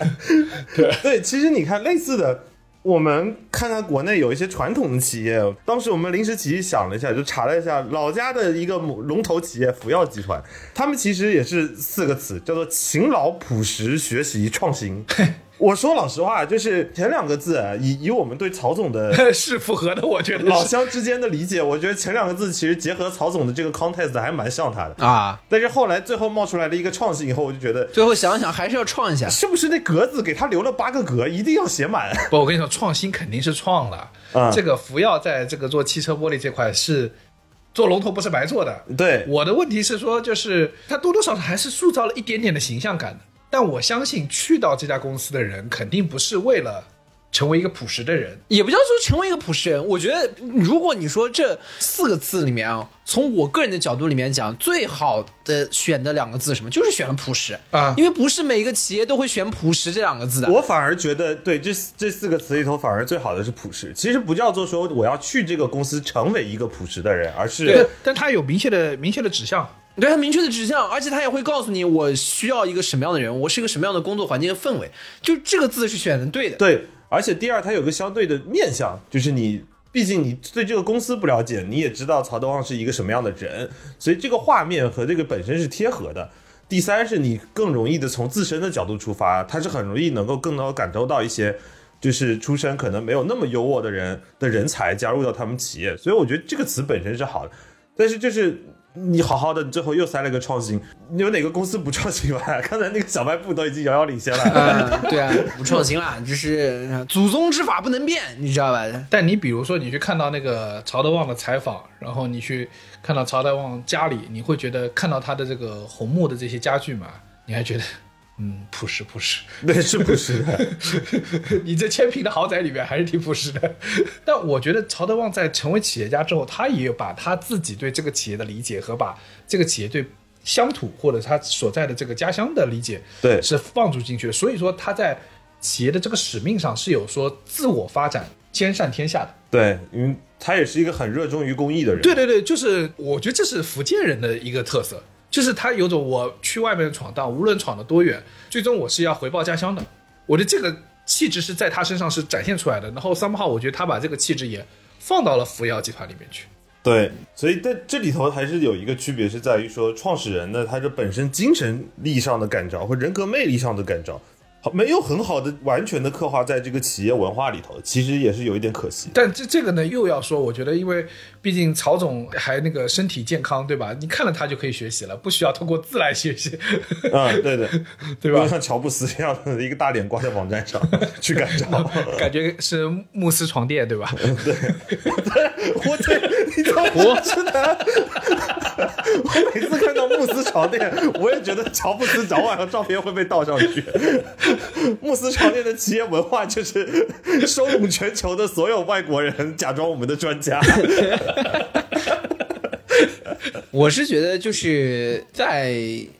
Speaker 5: 对其实你看类似的，我们看看国内有一些传统的企业，当时我们临时起意想了一下，就查了一下老家的一个母龙头企业福耀集团，他们其实也是四个词，叫做勤劳、朴实、学习、创新。我说老实话，就是前两个字，啊以以我们对曹总的
Speaker 3: <laughs> 是符合的，我觉得
Speaker 5: 老
Speaker 3: 是
Speaker 5: 乡之间的理解，我觉得前两个字其实结合曹总的这个 context 还蛮像他的。
Speaker 4: 啊，
Speaker 5: 但是后来最后冒出来了一个创新以后，我就觉得
Speaker 4: 最后想想还是要创一下，
Speaker 5: 是不是那格子给他留了八个格，一定要写满？
Speaker 3: 不，我跟你说，创新肯定是创了。
Speaker 5: 嗯
Speaker 3: 这个福耀在这个做汽车玻璃这块是做龙头，不是白做的。
Speaker 5: 对
Speaker 3: 我的问题是说，就是他多多少少还是塑造了一点点的形象感的。但我相信，去到这家公司的人，肯定不是为了成为一个朴实的人。
Speaker 4: 也不叫说成为一个朴实人，我觉得如果你说这四个字里面啊，从我个人的角度里面讲，最好的选的两个字是什么，就是选了朴实
Speaker 3: 啊
Speaker 4: 因为不是每一个企业都会选朴实这两个字的。
Speaker 5: <laughs> 我反而觉得，对这这四个词里头，反而最好的是朴实。其实不叫做说我要去这个公司成为一个朴实的人，而是
Speaker 3: 但他有明确的明确的指向。
Speaker 4: 对他明确的指向，而且他也会告诉你我需要一个什么样的人，我是一个什么样的工作环境和氛围，就这个字是选的对的。
Speaker 5: 对。而且第二，它有个相对的面向，就是你毕竟你对这个公司不了解，你也知道曹德旺是一个什么样的人，所以这个画面和这个本身是贴合的。第三是你更容易的从自身的角度出发，它是很容易能够更能够感受到一些就是出身可能没有那么优渥的人的人才加入到他们企业，所以我觉得这个词本身是好的，但是就是。你好好的，你最后又塞了个创新，你有哪个公司不创新吧？ <laughs> 刚才那个小卖部都已经遥遥领
Speaker 4: <laughs>
Speaker 5: 先了。
Speaker 4: 嗯， <laughs> 对啊，不创新啦，就是呃祖宗之法不能变，你知道吧？
Speaker 3: 但你比如说，你去看到那个曹德旺的采访，然后你去看到曹德旺家里，你会觉得看到他的这个红木的这些家具嘛，你还觉得，嗯，朴实朴实。
Speaker 5: 对，是不是的？
Speaker 3: <laughs> 你这千平的豪宅里面还是挺朴实的。 <laughs> 但我觉得曹德旺在成为企业家之后，他也有把他自己对这个企业的理解和把这个企业对乡土或者他所在的这个家乡的理解，
Speaker 5: 对
Speaker 3: 是放逐进去的。所以说他在企业的这个使命上是有说自我发展、兼善天下的。
Speaker 5: 对，因为他也是一个很热衷于公益的人。
Speaker 3: 对对对，就是我觉得这是福建人的一个特色，就是他有种我去外面闯荡，无论闯得多远，最终我是要回报家乡的。我的这个气质是在他身上是展现出来的。然后三炮，我觉得他把这个气质也放到了福耀集团里面去。
Speaker 5: 对，所以在这里头还是有一个区别，是在于说创始人的他的本身精神力上的感召和人格魅力上的感召。好没有很好的完全的刻画在这个企业文化里头，其实也是有一点可惜。
Speaker 3: 但这这个呢，又要说，我觉得，因为毕竟曹总还那个身体健康，对吧？你看了他就可以学习了，不需要通过字来学习， <laughs>
Speaker 5: 啊、 <laughs> 对的，
Speaker 3: 对
Speaker 5: 不
Speaker 3: 吧
Speaker 5: 要？像乔布斯这样的一个大脸挂在网站上去干仗。
Speaker 3: 感觉是慕斯床垫，对吧？
Speaker 5: 我这你知道我真的，我每次看到慕斯床垫，我也觉得乔布斯早晚的照片会被盗上去。 <laughs> 慕斯床垫的企业文化就是收拢全球的所有外国人，假装我们的专家。
Speaker 4: <laughs> 我是觉得就是在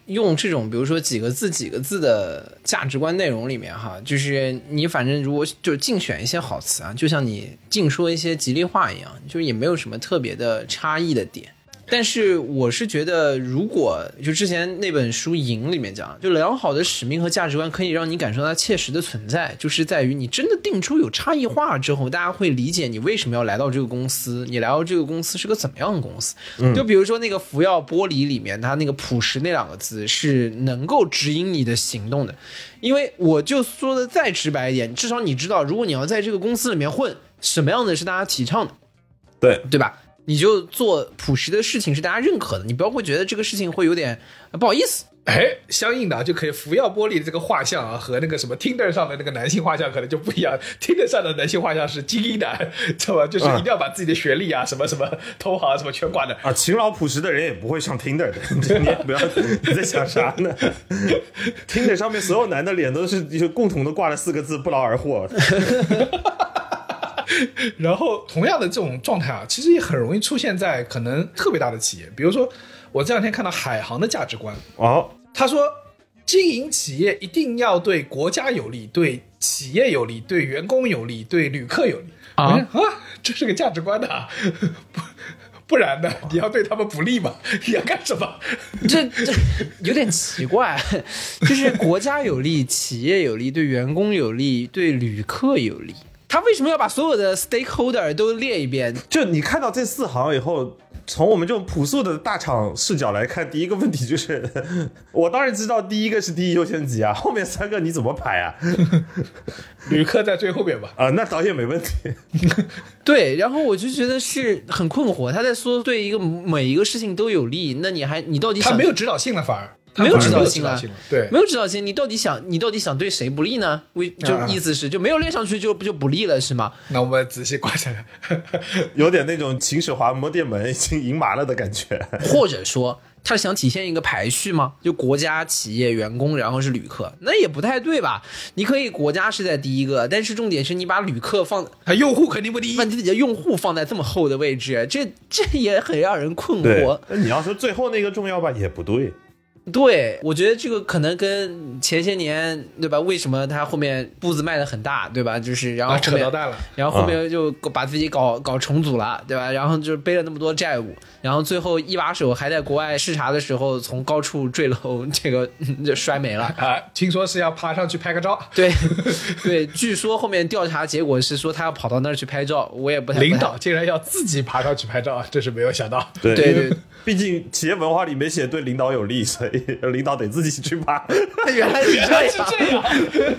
Speaker 4: 用这种比如说几个字几个字的价值观内容里面哈，就是你反正如果就是竞选一些好词啊，就像你净说一些吉利话一样，就是也没有什么特别的差异的点。但是我是觉得，如果就之前那本书《赢》里面讲，就良好的使命和价值观可以让你感受到它切实的存在，就是在于你真的定出有差异化之后，大家会理解你为什么要来到这个公司，你来到这个公司是个怎么样的公司。就比如说那个福耀玻璃里面，它那个朴实那两个字是能够指引你的行动的，因为我就说的再直白一点，至少你知道，如果你要在这个公司里面混，什么样的是大家提倡的。
Speaker 5: 对，
Speaker 4: 对吧？你就做朴实的事情是大家认可的，你不要会觉得这个事情会有点呃不好意思。
Speaker 3: 哎，相应的啊，就可以福耀玻璃这个画像啊，和那个什么 Tinder 上的那个男性画像可能就不一样。Tinder <laughs> 上的男性画像是精英男， <laughs> 知道吧？就是一定要把自己的学历啊、什么什么投行啊什么全挂那儿。
Speaker 5: 啊，勤劳朴实的人也不会上 Tinder 的， <laughs> 你也不要你在想啥呢？Tinder 上面所有男的脸都是就共同的挂了四个字“不劳而获
Speaker 3: <laughs> 然后同样的这种状态啊，其实也很容易出现在可能特别大的企业，比如说我这两天看到海航的价值观，”。
Speaker 5: 哦，
Speaker 3: 他说，经营企业一定要对国家有利，对企业有利，对员工有利，对旅客有利。
Speaker 4: 啊
Speaker 3: 我说啊，这是个价值观呐、啊 <laughs> 不不然呢？你要对他们不利嘛？ <laughs> 你要干什么？
Speaker 4: <laughs> 这这有点奇怪，就是国家有利，企业有利，对员工有利，对旅客有利。他为什么要把所有的 stakeholder 都列一遍？
Speaker 5: 就你看到这四行以后，从我们这种朴素的大厂视角来看，第一个问题就是， <laughs> 我当然知道第一个是第一优先级啊，后面三个你怎么排啊？ <laughs>
Speaker 3: 旅客在最后面吧。
Speaker 5: 啊，那导演没问题。 <laughs>
Speaker 4: 对，然后我就觉得是很困惑。他在说对一个每一个事情都有利，那你还你到底
Speaker 3: 他
Speaker 4: 想
Speaker 3: 没有指导性了，反而他
Speaker 4: 没有
Speaker 3: 反而
Speaker 4: 指导
Speaker 3: 没
Speaker 4: 性啊
Speaker 3: 性了对
Speaker 4: 没，有指导性，你到底想你到底想对谁不利呢？为就
Speaker 3: 啊
Speaker 4: 意思是就没有列上去就不就不利了是吗？
Speaker 3: 那我们仔细观察。
Speaker 5: 有点那种秦始皇摸电门已经赢麻了的感觉。 <laughs>
Speaker 4: 或者说他是想体现一个排序吗？就国家、企业、员工，然后是旅客，那也不太对吧？你可以国家是在第一个，但是重点是你把旅客放，
Speaker 3: 他用户肯定不第一
Speaker 4: <laughs> 把，自己的用户放在这么后的位置，这这也很让人困
Speaker 5: 对
Speaker 4: 惑。，
Speaker 5: 那你要说最后那个重要吧，也不对。
Speaker 4: 对，我觉得这个可能跟前些年对吧？为什么他后面步子迈的很大，对吧？就是然后
Speaker 3: 啊，
Speaker 4: 后
Speaker 3: 扯
Speaker 4: 面
Speaker 3: 到蛋了。
Speaker 4: 然后后面就把自己搞搞重组了，对吧？然后就是背了那么多债务，然后最后一把手还在国外视察的时候从高处坠楼，这个就摔没
Speaker 3: <laughs>
Speaker 4: 了。
Speaker 3: 啊，听说是要爬上去拍个照，
Speaker 4: 对，对，据说后面调查结果是说他要跑到那儿去拍照，我也不
Speaker 3: <laughs>
Speaker 4: 太
Speaker 3: 领导竟然要自己爬上去拍照，真是没有想
Speaker 4: <laughs>
Speaker 3: 到。
Speaker 5: 对
Speaker 4: 对
Speaker 5: 因为
Speaker 4: 对
Speaker 5: 毕竟企业文化里没写对领导有利，所以领导得自己去爬，
Speaker 4: 不太 <laughs> 原来是
Speaker 3: <laughs>
Speaker 4: 这样，
Speaker 5: <laughs>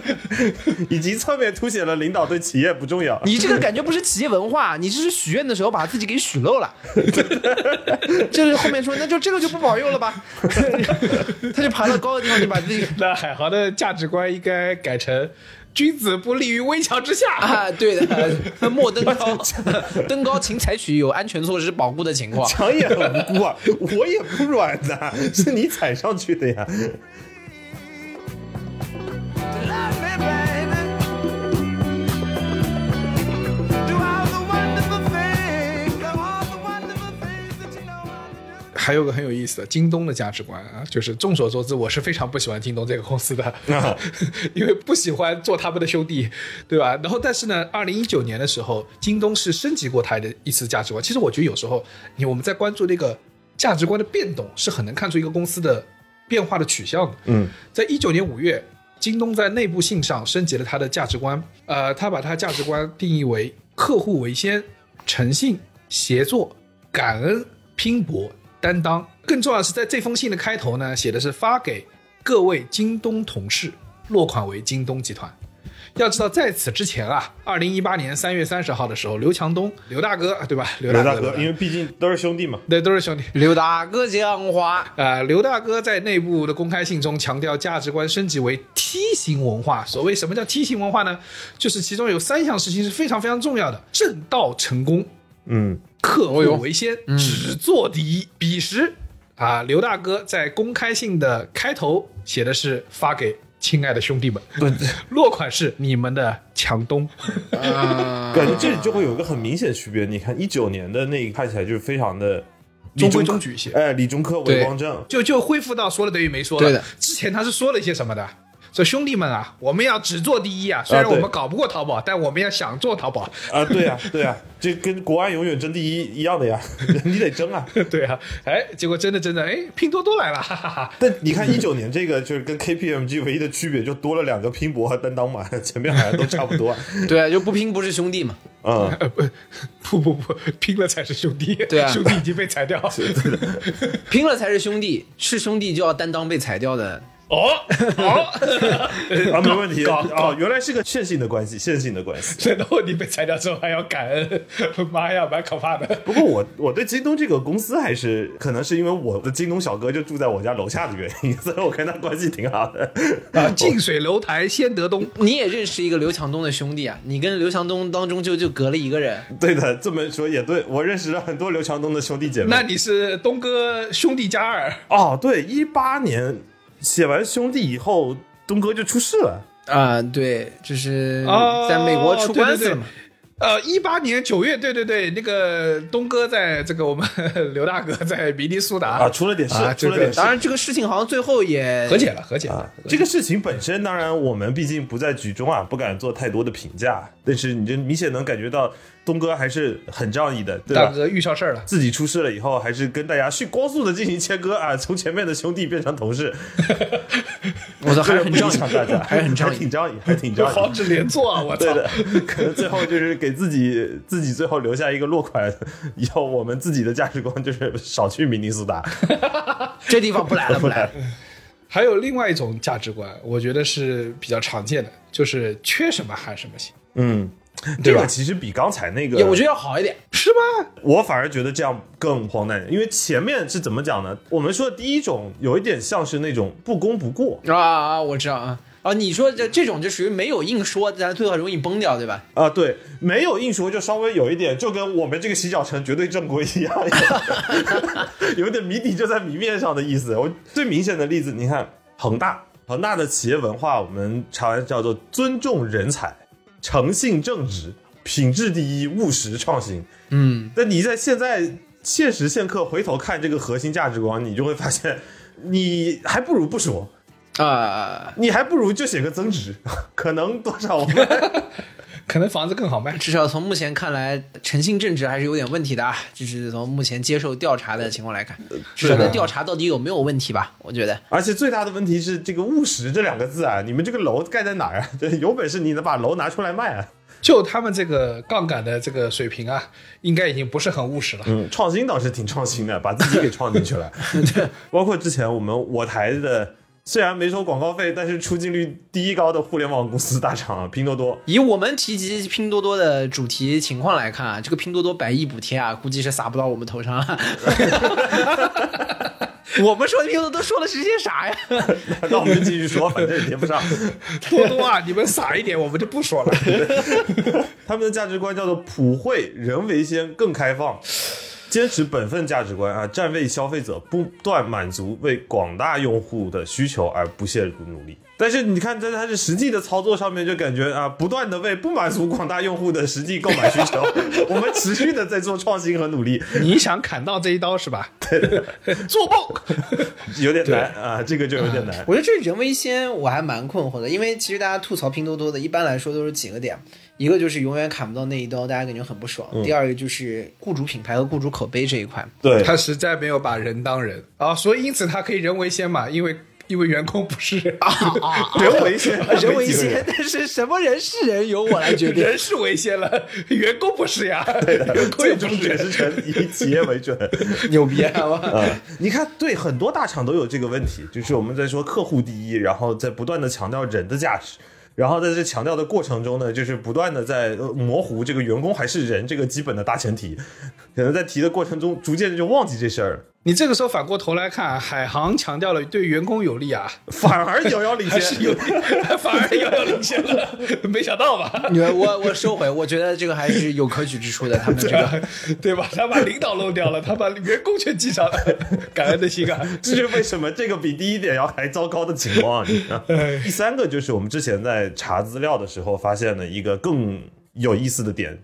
Speaker 5: 以及侧面凸显了领导对企业不重要。
Speaker 4: 你这个感觉不是企业文化，你这是许愿的时候把自己给许漏了。 <laughs> 就是后面说那就这个就不保佑了吧， <laughs> 他就爬到高的地方就把自己。
Speaker 3: <laughs> 那海航的价值观应该改成“君子不立于危墙之下”
Speaker 4: 啊，对的，莫 <laughs> 登高，登高请采取有安全措施保护的情
Speaker 5: <laughs>
Speaker 4: 况。
Speaker 5: 墙也很无辜啊， <laughs> 我也不软的， <laughs> 是你踩上去的呀。
Speaker 3: 还有个很有意思的京东的价值观啊，就是众所周知，我是非常不喜欢京东这个公司的， <laughs> 因为不喜欢做他们的兄弟，对吧？然后但是呢，二零一九年的时候，京东是升级过它的一次价值观。其实我觉得有时候你我们在关注那个价值观的变动，是很能看出一个公司的变化的取向的。
Speaker 5: 嗯，
Speaker 3: 在一九年五月，京东在内部信上升级了它的价值观，呃，它把它价值观定义为客户为先、诚信、协作、感恩、拼搏、担当。更重要的是，在这封信的开头呢，写的是发给各位京东同事。落款为京东集团。要知道，在此之前啊，二零一八年三月三十号的时候，刘强东、刘大哥，啊对吧？刘
Speaker 5: 刘
Speaker 3: 大
Speaker 5: 大
Speaker 3: 哥，
Speaker 5: 哥，因为毕竟都是兄弟嘛。
Speaker 3: 对都是兄弟。
Speaker 4: 刘大哥讲话，
Speaker 3: 呃，刘大哥在内部的公开信中强调价值观升级为 T 型文化。所谓什么叫 T 型文化呢？就是其中有三项事情是非常非常重要的：正道成功、
Speaker 5: 嗯，
Speaker 3: 客户为先、只做第一。彼时啊，刘大哥在公开信的开头写的是发给亲爱的兄弟们，落款是你们的强东。
Speaker 5: 感嗯觉这里就会有一个很明显的区别。你看一九年的那个看起来就是非常的
Speaker 3: 中规
Speaker 5: 理
Speaker 3: 中矩一些
Speaker 5: 哎，理中客
Speaker 3: 对
Speaker 5: 伪光正。
Speaker 3: 就就恢复到说了等于没说了。
Speaker 4: 对的，
Speaker 3: 之前他是说了一些什么的？说兄弟们啊，我们要只做第一啊！虽然
Speaker 5: 啊对
Speaker 3: 我们搞不过淘宝，但我们要想做淘宝。 <laughs>
Speaker 5: 啊，对呀、对呀、这跟国安永远争第一一样的呀， <laughs> 你得争啊。
Speaker 3: 对啊，哎，结果真的真的，哎，拼多多来了，哈哈哈。
Speaker 5: 但你看一九年这个，就是跟 KPMG 唯一的区别，就多了两个拼搏和担当嘛， <laughs> 前面好像都差不多。
Speaker 4: 对，啊就不拼不是兄弟嘛。
Speaker 3: <laughs>
Speaker 5: 嗯，
Speaker 3: 呃不不不不，拼了才是兄弟。
Speaker 4: 对啊
Speaker 3: 兄弟已经被裁掉。
Speaker 4: <laughs> 拼了才是兄弟，是兄弟就要担当被裁掉的。
Speaker 3: <laughs> 哦哦， <laughs>
Speaker 5: 啊，没问题。
Speaker 3: 搞搞
Speaker 5: 哦，原来是个线性的关系，线性的关系。
Speaker 3: 然后你被裁掉之后还要感恩， <laughs> 妈呀，蛮可怕的。
Speaker 5: 不过我我对京东这个公司还是可能是因为我的京东小哥就住在我家楼下的原因， <laughs> 所以我跟他关系挺好的。 <laughs>
Speaker 4: 哦
Speaker 3: 啊，近水楼台先得东。
Speaker 4: 你也认识一个刘强东的兄弟啊？你跟刘强东当中就就隔了一个人，
Speaker 5: 对的，这么说也对。我认识了很多刘强东的兄弟姐妹。
Speaker 3: 那你是东哥兄弟加二。
Speaker 5: 哦，对，一八年写完《兄弟》以后，东哥就出事了。
Speaker 4: 啊、对，就是
Speaker 3: 哦
Speaker 4: 嗯在美国出官司了嘛。
Speaker 3: 呃，一八年九月，对对对，那个东哥在这个我们 <laughs> 刘大哥在明尼苏达
Speaker 5: 啊，出了点事，
Speaker 3: 啊
Speaker 5: 出了
Speaker 3: 对对
Speaker 5: 点事
Speaker 4: 当。然，这个事情好像最后也
Speaker 3: <laughs> 和解了，和解了。
Speaker 5: 啊，这个事情本身，当然我们毕竟不在局中啊，不敢做太多的评价。但是你就明显能感觉到，东哥还是很仗义的，对
Speaker 3: 大
Speaker 5: 吧？
Speaker 3: 哥遇上事儿了，
Speaker 5: 自己出事了以后，还是跟大家迅光速的进行切割啊，从前面的兄弟变成同事，
Speaker 4: <laughs> 我操，还是很
Speaker 5: 这个
Speaker 4: 仗
Speaker 5: 不影响大
Speaker 4: 义，
Speaker 5: 家，
Speaker 4: 还是很仗
Speaker 5: <laughs> 还
Speaker 4: 义
Speaker 5: 挺。仗义，还挺
Speaker 3: 这
Speaker 5: 仗
Speaker 4: <laughs>
Speaker 3: 好
Speaker 5: 义。
Speaker 3: 指连坐啊！我操
Speaker 5: 对，的，可能最后就是给自己自己最后留下一个落款，以后我们自己的价值观就是少去明尼
Speaker 4: <laughs>
Speaker 5: 苏达。
Speaker 4: 这地 <laughs> 方不来了，不来了。
Speaker 3: 还有另外一种价值观，我觉得是比较常见的，就是缺什么喊什么行，
Speaker 5: 嗯，
Speaker 3: 对
Speaker 5: 这
Speaker 3: 吧
Speaker 5: 个其实比刚才那个，
Speaker 4: 也我觉得要好一点。
Speaker 3: 是吗？
Speaker 5: 我反而觉得这样更荒诞，因为前面是怎么讲呢？我们说的第一种有一点像是那种不攻不过，
Speaker 4: 啊啊，我知道啊啊！你说这这种就属于没有硬说，但最后很容易崩掉，对吧？
Speaker 5: 啊，对，没有硬说，就稍微有一点，就跟我们这个洗脚城绝对正规一样， <laughs> 有点谜底就在谜面上的意思。我最明显的例子，你看恒大，恒大的企业文化，我们常常叫做尊重人才、诚信正直、品质第一、务实创新。嗯，但你在现在现时现刻回头看这个核心价值观，你就会发现，你还不如不说，
Speaker 4: 啊，
Speaker 5: 你还不如就写个增值， <laughs> 可能多少我们。
Speaker 3: 可能房子更好卖。
Speaker 4: 至少从目前看来，诚信正直还是有点问题的啊。就是从目前接受调查的情况来看，至少在调查到底有没有问题吧？我觉得
Speaker 5: 而且最大的问题是这个“务实”这两个字啊，你们这个楼盖在哪儿啊？ <laughs> 对，有本事你能把楼拿出来卖啊！
Speaker 3: 就他们这个杠杆的这个水平啊，应该已经不是很务
Speaker 5: <laughs>
Speaker 3: 实了。
Speaker 5: 嗯，创新倒是挺创新的，把自己给创进去了。 <laughs> 对，包括之前我们我台的，虽然没收广告费，但是出镜率第一高的互联网公司大厂啊拼多多，
Speaker 4: 以我们提及拼多多的主题情况来看啊，这个拼多多百亿补贴啊，估计是撒不到我们头上啊。 <laughs> 我们说的拼多多说的是些啥呀？
Speaker 5: 那我们就继续说，反正也连不上。
Speaker 3: 多多啊，你们傻一点，我们就不说了。
Speaker 5: 他们的价值观叫做普惠、人为先、更开放，坚持本分价值观啊，站为消费者不断满足为广大用户的需求而不懈努力。但是你看，在它是实际的操作上面，就感觉啊，不断的为不满足广大用户的实际购买需 <laughs> 求，我们持续的在做创新和努力，
Speaker 3: 你想砍到这一刀是吧？ <laughs> 做梦。
Speaker 5: 有点难啊，这个就有点难。
Speaker 6: 我觉得这人为先我还蛮困惑的，因为其实大家吐槽拼多多的，一般来说都是几个点，一个就是永远砍不到那一刀，大家感觉很不爽；第二个就是雇主品牌和雇主口碑这一块，
Speaker 5: 对，
Speaker 3: 他实在没有把人当人啊，所以因此他可以人为先嘛，因为因为员工不是
Speaker 5: 啊
Speaker 3: 人，
Speaker 5: <laughs>
Speaker 3: <laughs>
Speaker 5: <laughs> 人为先，
Speaker 6: 人为
Speaker 5: 没几个
Speaker 6: 先
Speaker 5: 人，
Speaker 6: 但是什么人是人由我来决定。
Speaker 3: 人是违宪了，员工不是呀，员工也
Speaker 5: 最
Speaker 3: 不
Speaker 5: 终
Speaker 3: 是
Speaker 5: 解
Speaker 3: 人
Speaker 5: 释成以企业为准。
Speaker 6: <laughs> 牛逼啊！我
Speaker 5: 啊，你看，对很多大厂都有这个问题，就是我们在说客户第一，然后在不断的强调人的价值，然后在这强调的过程中呢，就是不断的在呃模糊这个员工还是人这个基本的大前提，可能在提的过程中，逐渐就忘记这事儿了，
Speaker 3: 你这个时候反过头来看，海航强调了对员工有利
Speaker 5: <laughs>
Speaker 3: 啊，
Speaker 5: 反而遥遥领
Speaker 3: 还是
Speaker 5: 先。
Speaker 3: 有利， <laughs> 反而遥遥领先了，没想到
Speaker 5: <laughs>
Speaker 3: 吧？
Speaker 6: <laughs> 你们我我收回，我觉得这个还是有可取之处的。他们这个
Speaker 3: 对吧？他把领导漏掉了，他把员工全记上了， <laughs> 感恩的心啊！
Speaker 4: <laughs>
Speaker 5: 这就是为什么这个比第一点要还糟糕的情况。
Speaker 4: <laughs>
Speaker 5: 你知道
Speaker 4: 哎
Speaker 5: 第三个就是我们之前在查资料的时候发现了一个更有意思的点，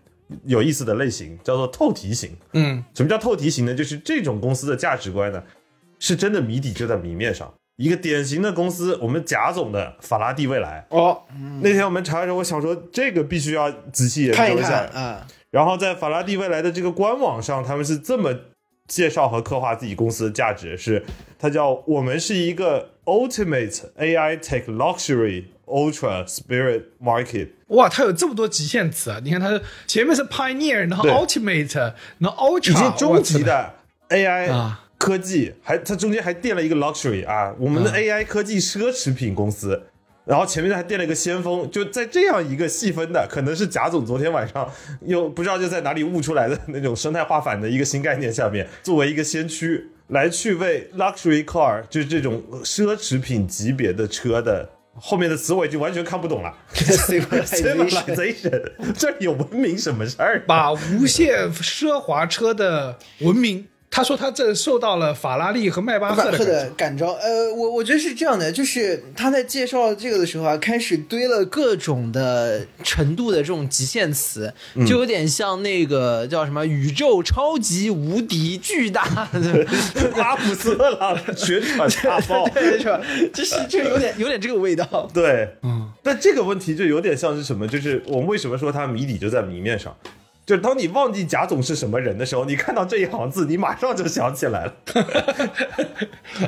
Speaker 5: 有意思的类型叫做透题型。
Speaker 3: 嗯，
Speaker 5: 什么叫透题型呢？就是这种公司的价值观呢，是真的谜底就在谜面上。一个典型的公司，我们贾总的法拉第未来。
Speaker 4: 哦，
Speaker 5: 那天我们查的时候，我想说这个必须要仔细研
Speaker 4: 看
Speaker 5: 究
Speaker 4: 一
Speaker 5: 下。
Speaker 6: <laughs>
Speaker 4: 看啊，
Speaker 5: 然后在法拉第未来的这个官网上，他们是这么介绍和刻画自己公司的价值：是它叫我们是一个 ultimate AI tech luxury ultra spirit market。
Speaker 3: 哇，他有这么多极限词啊！你看，他前面是 pioneer，然后
Speaker 5: 对
Speaker 3: ultimate，然后 ultra，
Speaker 5: 已经终极
Speaker 3: 哇
Speaker 5: 的 AI
Speaker 3: 啊
Speaker 5: 科技，还它中间还垫了一个 luxury 啊，我们的 AI 科技奢侈品公司。然后前面还垫了一个先锋，就在这样一个细分的，可能是贾总昨天晚上又不知道就在哪里悟出来的那种生态化反的一个新概念下面，作为一个先驱来去为 luxury car 就是这种奢侈品级别的车的后面的词我已经完全看不懂了 civilization 这里有文明什么事儿？
Speaker 3: 把无限奢华车的文明， <laughs> 他说他这受到了法拉利和迈巴
Speaker 4: 赫 <laughs>
Speaker 3: 赫的感
Speaker 4: 的
Speaker 3: 召。
Speaker 4: 感召，呃，我我觉得是这样的，就是他在介绍这个的时候啊，开始堆了各种的程度的这种极限词，
Speaker 3: 嗯
Speaker 4: 就有点像那个叫什么宇宙超级无敌巨大
Speaker 3: <laughs>
Speaker 4: 的，
Speaker 5: <laughs> 阿普斯特朗旋转大爆，
Speaker 4: 是吧？就是就有点有点这个味道。
Speaker 5: <laughs> 对，嗯，但这个问题就有点像是什么？就是我们为什么说它谜底就在谜面上？就是当你忘记贾总是什么人的时候，你看到这一行字，你马上就想起来了。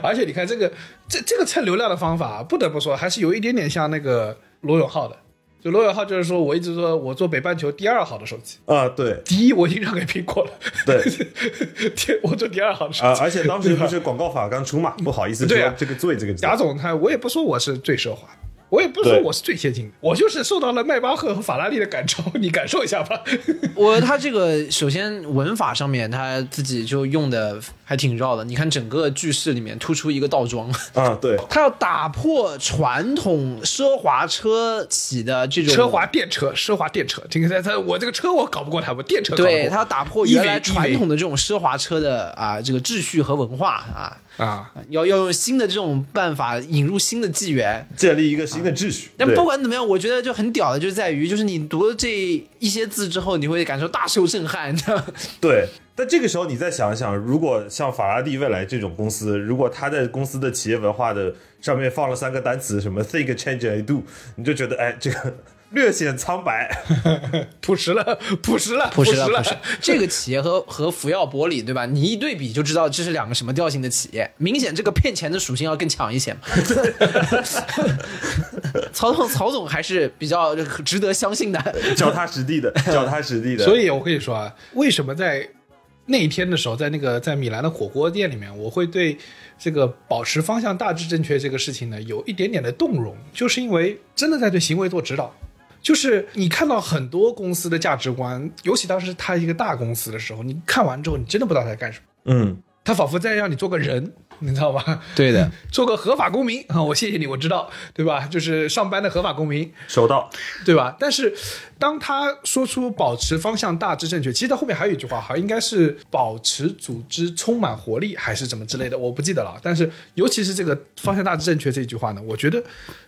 Speaker 3: 而且你看这个，这这个蹭流量的方法，不得不说还是有一点点像那个罗永浩的。就罗永浩就是说，我一直说我做北半球第二好的手机，
Speaker 5: 啊、对
Speaker 3: 第一我已经让给苹果了，
Speaker 5: 对，
Speaker 3: <laughs> 第我做第二好的手机。
Speaker 5: 啊、而且当时不是广告法刚出嘛，不好意思说
Speaker 3: 对啊
Speaker 5: 这个“罪”这个字。
Speaker 3: 贾总他，我也不说我是最奢华，我也不说
Speaker 5: 对
Speaker 3: 我是最先进的，我就是受到了迈巴赫和法拉利的感召，你感受一下吧。
Speaker 4: 我他这个首先文法上面他自己就用的还挺绕的，你看整个句式里面突出一个倒装。 <laughs>
Speaker 5: 啊、对，
Speaker 4: 他要打破传统奢华车企的这种
Speaker 3: 奢华电车，奢华电车，这个他他我这个车我搞不过他，我电车搞不过
Speaker 4: 对，他要打破
Speaker 3: 一
Speaker 4: 原
Speaker 3: 维
Speaker 4: 来传统
Speaker 3: 一
Speaker 4: 的这种奢华车的啊这个秩序和文化啊，
Speaker 3: 维啊，
Speaker 4: 要要用新的这种办法引入新的纪元。
Speaker 5: 建立一个新的秩序。
Speaker 4: 但
Speaker 5: 对
Speaker 4: 不管怎么样，我觉得就很屌的，就在于就是你读了这一些字之后，你会感受大受震撼。你知道吗
Speaker 5: 对，但这个时候你再想一想，如果像法拉第未来这种公司，如果他在公司的企业文化的上面放了三个单词，什么 think, change, and do，你就觉得哎，这个略显苍白。
Speaker 3: 朴实了，朴实了，
Speaker 4: <laughs> 不
Speaker 3: 朴
Speaker 4: 是
Speaker 3: 实
Speaker 4: 了，不是 <laughs> 这个企业和和福耀玻璃，对吧？你一对比就知道这是两个什么调性的企业，明显这个骗钱的属性要更强一 <laughs> 些嘛。曹总，曹总还是比较值得相信的。
Speaker 5: 脚踏实地的，脚踏实地
Speaker 3: <laughs>
Speaker 5: 的。
Speaker 3: 所以我可以说啊，为什么在那一天的时候，在那个在米兰的火锅店里面，我会对这个保持方向大致正确这个事情呢，有一点点的动容，就是因为真的在对行为做指导。就是你看到很多公司的价值观，尤其当时它一个大公司的时候，你看完之后，你真的不知道它在干什么。
Speaker 5: 嗯，
Speaker 3: 他仿佛在让你做个人，你知道吧？
Speaker 4: 对的，
Speaker 3: 做个合法公民 <laughs> 啊！我谢谢你，我知道，对吧？就是上班的合法公民，
Speaker 5: 收到。
Speaker 3: 对吧？但是当他说出保持方向大致正确，其实他后面还有一句话，好像应该是保持组织充满活力，还是怎么之类的，我不记得了。但是尤其是这个方向大致正确这一句话呢，我觉得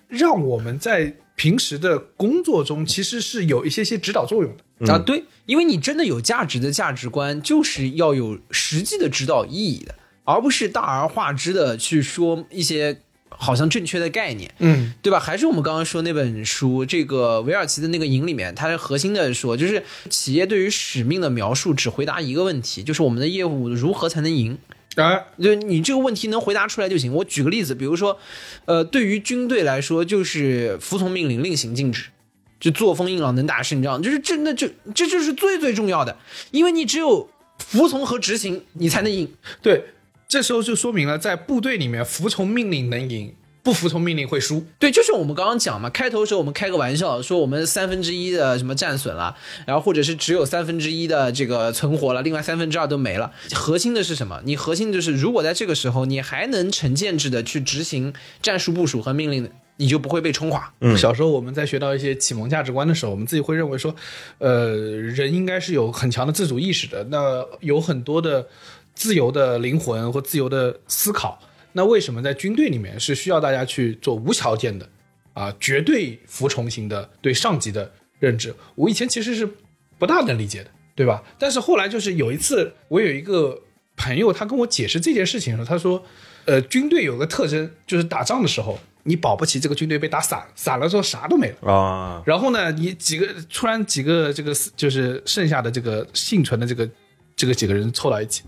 Speaker 3: 让我们在平时的工作中其实是有一些些指导作用的。
Speaker 4: 啊，对，因为你真的有价值的价值观，就是要有实际的指导意义的，而不是大而化之的去说一些好像正确的概念，
Speaker 3: 嗯，
Speaker 4: 对吧？还是我们刚刚说那本书，这个韦尔奇的那个《影里面，它是核心的说，就是企业对于使命的描述只回答一个问题，就是我们的业务如何才能赢。
Speaker 3: 哎，
Speaker 4: 就你这个问题能回答出来就行。我举个例子，比如说，呃，对于军队来说，就是服从命令，令行禁止，就作风硬朗，能打胜仗，就是真的就这就是最最重要的，因为你只有服从和执行，你才能赢。
Speaker 3: 对，这时候就说明了，在部队里面，服从命令能赢，不服从命令会输。
Speaker 4: 对，就是我们刚刚讲嘛，开头的时候我们开个玩笑，说我们三分之一的什么战损了，然后或者是只有三分之一的这个存活了，另外三分之二都没了。核心的是什么？你核心就是，如果在这个时候你还能成建制的去执行战术部署和命令，你就不会被冲垮。
Speaker 3: 小时候我们在学到一些启蒙价值观的时候，我们自己会认为说，呃，人应该是有很强的自主意识的，那有很多的自由的灵魂或自由的思考。那为什么在军队里面是需要大家去做无条件的啊，绝对服从型的对上级的认知？我以前其实是不大能理解的，对吧？但是后来就是有一次，我有一个朋友，他跟我解释这件事情的时候，他说，呃，军队有个特征，就是打仗的时候，你保不齐这个军队被打散了，散了之后啥都没了。
Speaker 5: 啊，
Speaker 3: 然后呢，你几个突然几个这个就是剩下的这个幸存的这个这个几个人凑到一起，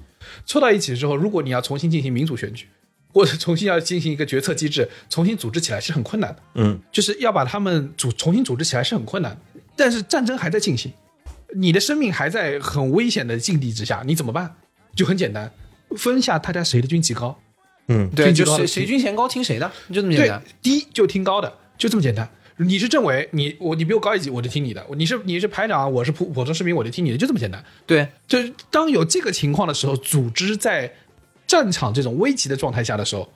Speaker 3: 凑到一起之后，如果你要重新进行民主选举，或者重新要进行一个决策机制，重新组织起来是很困难的。
Speaker 5: 嗯，
Speaker 3: 就是要把他们组重新组织起来是很困难的。但是战争还在进行，你的生命还在很危险的境地之下，你怎么办？就很简单，分下大家谁的军旗高，
Speaker 5: 嗯，
Speaker 4: 对，
Speaker 3: 军
Speaker 4: 就
Speaker 3: 队
Speaker 4: 谁
Speaker 3: 的
Speaker 4: 谁军衔高听谁的，就这么简
Speaker 3: 对
Speaker 4: 单。，
Speaker 3: 第一就听高的，就这么简单。你是政委，你我你比我高一级，我就听你的；你是你是排长，啊我是普普通士兵，我就听你的，就这么简单。
Speaker 4: 对，
Speaker 3: 就是当有这个情况的时候，组织在战场这种危急的状态下的时候，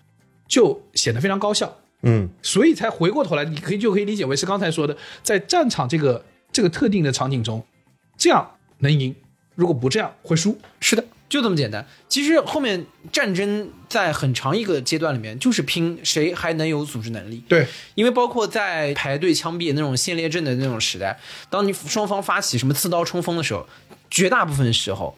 Speaker 3: 就显得非常高效。
Speaker 5: 嗯，
Speaker 3: 所以才回过头来，你可以就可以理解为是刚才说的，在战场这个这个特定的场景中，这样能赢，如果不这样会输。
Speaker 4: 是的，就这么简单。其实后面战争在很长一个阶段里面，就是拼谁还能有组织能力。
Speaker 3: 对，
Speaker 4: 因为包括在排队枪毙那种先烈阵的那种时代，当你双方发起什么刺刀冲锋的时候，绝大部分时候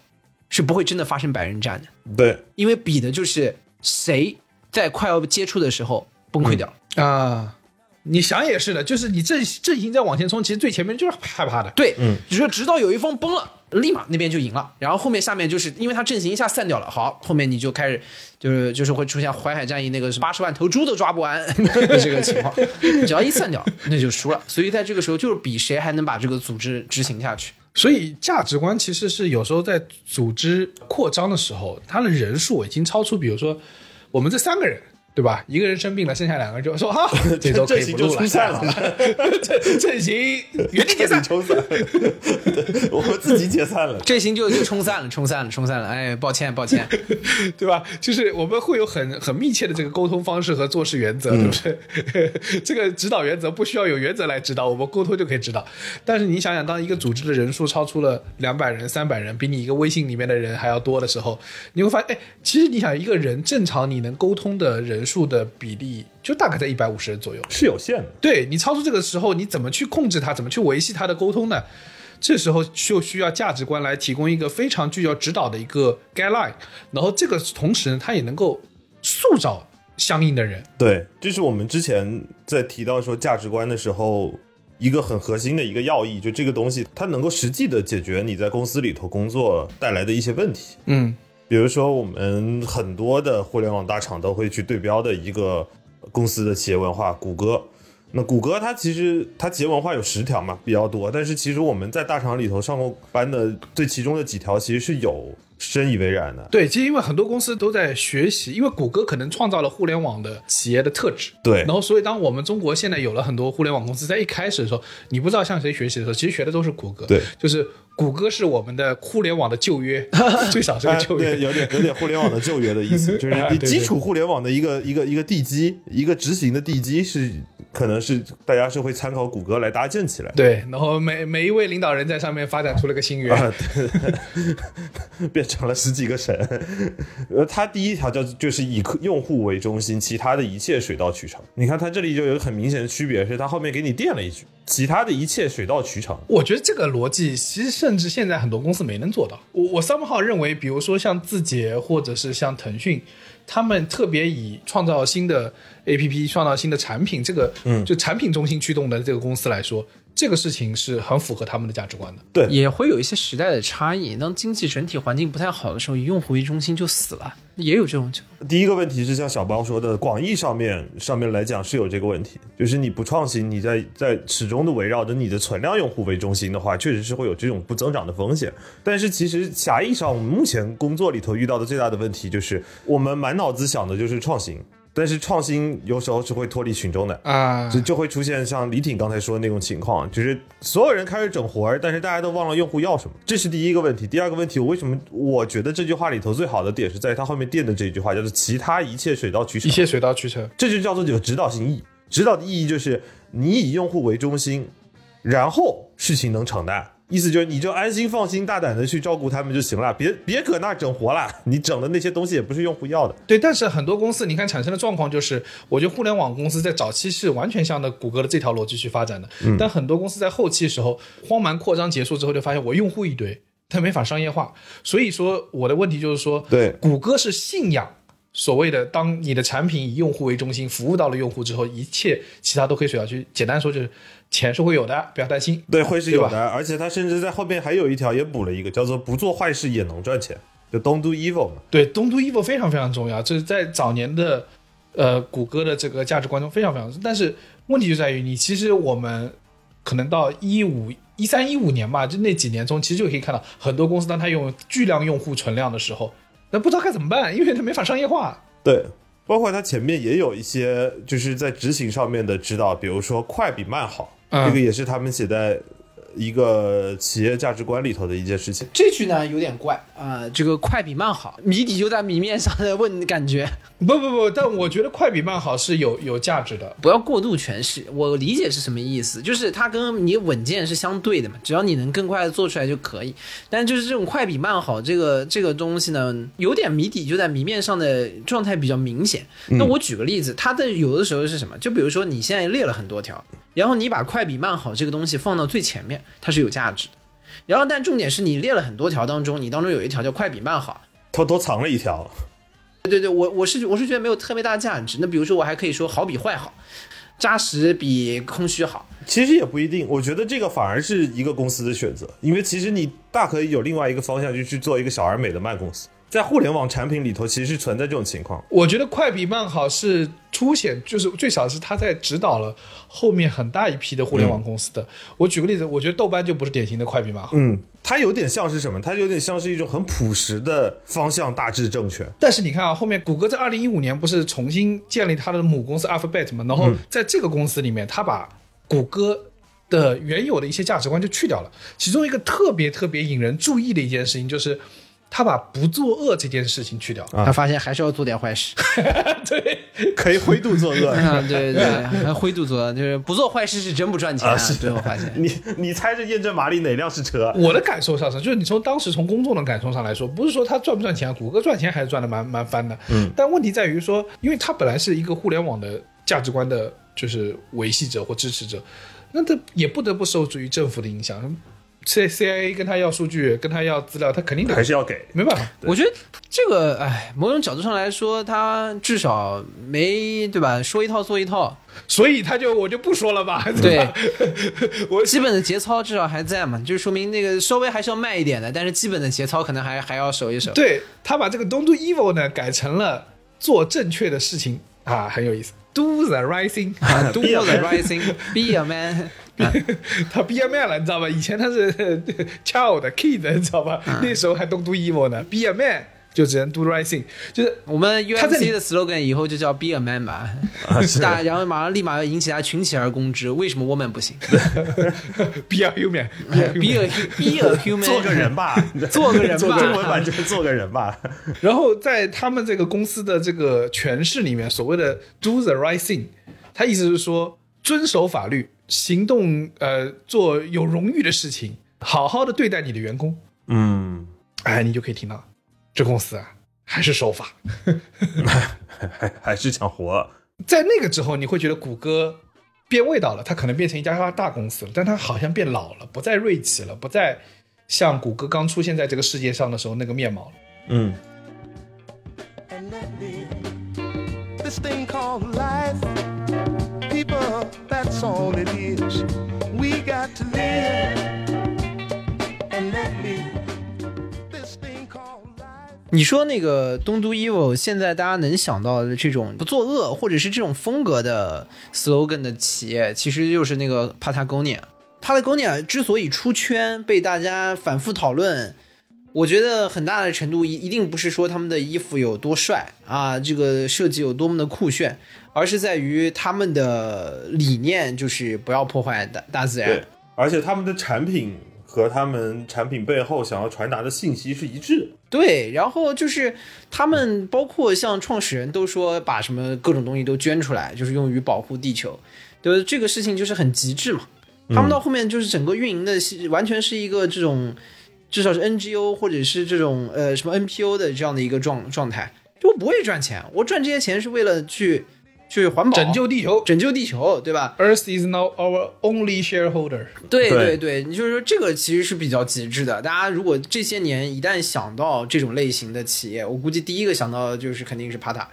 Speaker 4: 是不会真的发生百人战的，
Speaker 5: 对，
Speaker 3: <laughs>
Speaker 4: 因为比的就是谁在快要接触的时候崩溃掉。
Speaker 3: 啊，你想也是的，就是你阵阵型在往前冲，其实最前面就是害怕的。
Speaker 4: 对，嗯，就说直到有一方崩了，立马那边就赢了，然后后面下面就是因为他阵型一下散掉了，好，后面你就开始就是就是会出现淮海战役那个八十万头猪都抓不完 <laughs> 的这个情况，只要一散掉那就输了，所以在这个时候就是比谁还能把这个组织执行下去。
Speaker 3: 所以价值观其实是有时候在组织扩张的时候，它的人数已经超出，比如说我们这三个人。对吧？一个人生病了，剩下两个人就说啊， <laughs> 这周可以不录
Speaker 5: 阵型就冲散了，
Speaker 3: 阵阵型原地解散。
Speaker 5: 冲 <laughs> 散，我们自己解
Speaker 3: <laughs>
Speaker 5: 散了。
Speaker 4: 阵型就就冲散了， <laughs> 冲散了，冲散了，哎，抱歉，抱 <laughs> 歉，
Speaker 3: 对吧？就是我们会有很很密切的这个沟通方式和做事原则，对不对？ <laughs> 这个指导原则不需要有原则来指导，我们沟通就可以指导。但是你想想，当一个组织的人数超出了两百人、三百人，比你一个微信里面的人还要多的时候，你会发现，哎，其实你想一个人正常你能沟通的人数的比例，就大概在一百五十人左右。
Speaker 5: 是有限的，
Speaker 3: 对你超出这个时候，你怎么去控制它？怎么去维系它的沟通呢？这时候就需要价值观来提供一个非常具有指导的一个 guideline，然后这个同时呢，它也能够塑造相应的人。
Speaker 5: 对，这是我们之前在提到说价值观的时候，一个很核心的一个要义，就这个东西它能够实际的解决你在公司里头工作带来的一些问题。
Speaker 3: 嗯，
Speaker 5: 比如说，我们很多的互联网大厂都会去对标的一个公司的企业文化，谷歌。那谷歌它其实它企业文化有十条嘛，比较多，但是其实我们在大厂里头上过班的，对其中的几条其实是有深以为然的。
Speaker 3: 对，其实因为很多公司都在学习，因为谷歌可能创造了互联网的企业的特质。
Speaker 5: 对
Speaker 3: 然，后，所以当我们中国现在有了很多互联网公司，在一开始的时候，你不知道向谁学习的时候，其实学的都是谷歌。
Speaker 5: 对，
Speaker 3: 就是谷歌是我们的互联网的旧 <laughs> 约，最少是个
Speaker 5: 哎
Speaker 3: 旧约。
Speaker 5: 对，有点有点互联网的旧约的意
Speaker 3: <laughs>
Speaker 5: 思，就是
Speaker 3: 哎对
Speaker 5: 你
Speaker 3: 对
Speaker 5: 基础互联网的一个一个一个地基，一个执行的地基是可能是大家是会参考谷歌来搭建起来的，
Speaker 3: 对，然后每每一位领导人在上面发展出了个新源，
Speaker 5: 啊，对变成了十几个神。呃，它第一条叫就是以客用户为中心，其他的一切水到渠成。你看它这里就有一个很明显的区别，是它后面给你垫了一句，其他的一切水到渠成。
Speaker 3: 我觉得这个逻辑其实甚至现在很多公司没能做到。我我 somehow 认为，比如说像字节或者是像腾讯，他们特别以创造新的 APP、创造新的产品这个，嗯，就产品中心驱动的这个公司来说，这个事情是很符合他们的价值观的。
Speaker 4: 也会有一些时代的差异。当经济整体环境不太好的时候，以用户为中心就死了，也有这种情况。
Speaker 5: 第一个问题是像小包说的，广义上面上面来讲是有这个问题，就是你不创新，你在在始终的围绕着你的存量用户为中心的话，确实是会有这种不增长的风险。但是其实狭义上，我们目前工作里头遇到的最大的问题就是，我们满脑子想的就是创新，但是创新有时候是会脱离群众的。
Speaker 3: 啊
Speaker 5: 就就会出现像李挺刚才说的那种情况，就是所有人开始整活儿，但是大家都忘了用户要什么，这是第一个问题。第二个问题，我为什么我觉得这句话里头最好的点是在于它后面垫的这句话，叫做“其他一切水到渠成”，
Speaker 3: 一切水到渠成。
Speaker 5: 这就叫做有指导性意义。指导的意义就是你以用户为中心，然后事情能承担。意思就是你就安心放心大胆的去照顾他们就行了，别别搁那儿整活了，你整的那些东西也不是用户要的。
Speaker 3: 对，但是很多公司你看产生的状况就是，我觉得互联网公司在早期是完全向着谷歌的这条逻辑去发展的，但很多公司在后期时候荒蛮扩张结束之后，就发现我用户一堆，它没法商业化。所以说我的问题就是说，
Speaker 5: 对
Speaker 3: 谷歌是信仰。所谓的，当你的产品以用户为中心，服务到了用户之后，一切其他都可以水到渠成。简单说就是，钱是会有的，不要担心。
Speaker 5: 对，会是有
Speaker 3: 对
Speaker 5: 的，而且他甚至在后面还有一条也补了一个，叫做“不做坏事也能赚钱”，就 “Don't do evil” 嘛。
Speaker 3: 对东都 evil 非常非常重要，这是在早年的呃谷歌的这个价值观中非常非常重要。但是问题就在于你，其实我们可能到一五一三一五年吧，就那几年中，其实就可以看到很多公司当它拥有巨量用户存量的时候，那不知道该怎么办，因为它没法商业化。
Speaker 5: 对，包括他前面也有一些就是在执行上面的指导，比如说快比慢好，
Speaker 3: 嗯
Speaker 5: 这个也是他们写在一个企业价值观里头的一件事情。
Speaker 4: 这句呢有点怪啊、呃这个快比慢好，谜底就在谜面上的问，感觉
Speaker 3: 不不不，但我觉得快比慢好是有有价值的。
Speaker 4: 不要过度诠释。我理解是什么意思，就是它跟你稳健是相对的嘛，只要你能更快的做出来就可以。但就是这种快比慢好这个这个东西呢，有点谜底就在谜面上的状态比较明显。那我举个例子，它的有的时候是什么？就比如说你现在列了很多条，然后你把快比慢好这个东西放到最前面，它是有价值的。然后，但重点是你列了很多条当中，你当中有一条叫快比慢好，
Speaker 5: 偷偷藏了一条，
Speaker 4: 对对对，我我是我是觉得没有特别大价值。那比如说，我还可以说好比坏好，扎实比空虚好。
Speaker 5: 其实也不一定，我觉得这个反而是一个公司的选择，因为其实你大可以有另外一个方向，就去做一个小而美的慢公司。在互联网产品里头，其实是存在这种情况。
Speaker 3: 我觉得快比慢好是凸显，就是最少是他在指导了后面很大一批的互联网公司的。我举个例子，我觉得豆瓣就不是典型的快比慢好。
Speaker 5: 嗯，它有点像是什么？它有点像是一种很朴实的方向大致正 <laughs> 确。
Speaker 3: 但是你看啊，后面谷歌在二零一五年不是重新建立它的母公司 Alphabet 嘛？然后在这个公司里面，它把谷歌的原有的一些价值观就去掉了。其中一个特别特别引人注意的一件事情就是。它把不作恶这件事情去 <laughs> 掉，
Speaker 4: 他发现还是要做点坏事
Speaker 3: 对，
Speaker 5: 可以灰度作恶。
Speaker 4: <laughs> 啊！对对，灰度做就是不做坏事是真不赚钱啊！最后发现，
Speaker 5: <laughs>
Speaker 4: 嗯
Speaker 5: 你你猜这验证码里哪辆是车？
Speaker 3: 我的感受上是，就是你从当时从公众的感受上来说，不是说它赚不赚钱啊，谷歌赚钱还是赚的蛮蛮翻的。嗯，但问题在于说，因为它本来是一个互联网的价值观的，就是维系者或支持者，那它也不得不受制于政府的影响。C C I A 跟他要数据，跟他要资料，他肯定得
Speaker 5: 还是要给？
Speaker 3: 没办法。
Speaker 4: 我觉得这个，哎，某种角度上来说，他至少没对吧？说一套做一套，
Speaker 3: 所以他就我就不说了吧，吧？ <laughs> 我
Speaker 4: 基本的节操至少还在嘛，就是说明那个稍微还是要慢一点的，但是基本的节操可能还还要守一守。
Speaker 3: 对他把这个 Don't do evil 呢改成了做正确的事情啊，很有意思。Do the right thing，
Speaker 5: <laughs>
Speaker 4: 啊，Do
Speaker 5: Be a
Speaker 4: the
Speaker 5: man
Speaker 4: right thing, be a man。
Speaker 3: 他 BMI 了，你知道吧？以前他是 <laughs> child kid，你知道吧？那时候还 don't do evil 呢，be a man 就只能 do right thing，就是 <laughs>
Speaker 4: 我们
Speaker 3: 他在
Speaker 4: UFC
Speaker 3: 里
Speaker 4: 的 slogan 以后就叫 Be a man 吧，
Speaker 5: 啊
Speaker 4: 大家然后马上立马要引起大家群起而攻之。为什么 woman 不 <laughs> 行
Speaker 3: be a human，
Speaker 4: ？Be a Be a human，
Speaker 5: <laughs> 做个人吧，
Speaker 4: <laughs> 做个人吧
Speaker 5: 做中文版就是做个人吧。
Speaker 3: 然后在他们这个公司的这个诠释里面，所谓的 do the right thing，他意思是说遵守法律，行动呃做有荣誉的事情，好好的对待你的员工，
Speaker 5: 嗯，
Speaker 3: 哎，你就可以听到这公司啊还是守法。
Speaker 5: 还还是想活。
Speaker 3: 在那个之后，你会觉得谷歌变味道了，它可能变成一家大公司了，但它好像变老了，不再锐气了，不再像谷歌刚出现在这个世界上的时候那个面貌了。
Speaker 5: 嗯，
Speaker 7: and let me. This thing called life, people, that's all it is. We got to live and let me. This thing called life.
Speaker 4: 你说那个东都 evil，现在大家能想到的这种不作恶，或者是这种风格的 slogan 的企业，其实就是那个 Patagonia。Patagonia 之所以出圈，被大家反复讨论，我觉得很大的程度一一定不是说他们的衣服有多帅啊，这个设计有多么的酷炫，而是在于他们的理念就是不要破坏大大自然
Speaker 5: 对。，而且他们的产品和他们产品背后想要传达的信息是一致的。
Speaker 4: 对，然后就是他们包括像创始人都说把什么各种东西都捐出来，就是用于保护地球，就是这个事情就是很极致嘛。
Speaker 3: 嗯
Speaker 4: 他们到后面就是整个运营的系完全是一个这种，至少是 NGO 或者是这种呃什么 NPO 的这样的一个状状态，就我不会赚钱，我赚这些钱是为了去去环保、
Speaker 3: 拯救地球
Speaker 4: 拯救地球，对吧？
Speaker 3: Earth is now our only shareholder。
Speaker 4: 对
Speaker 5: 对
Speaker 4: 对对，你就是说这个其实是比较极致的。大家如果这些年一旦想到这种类型的企业，我估计第一个想到的就是肯定是 Pata，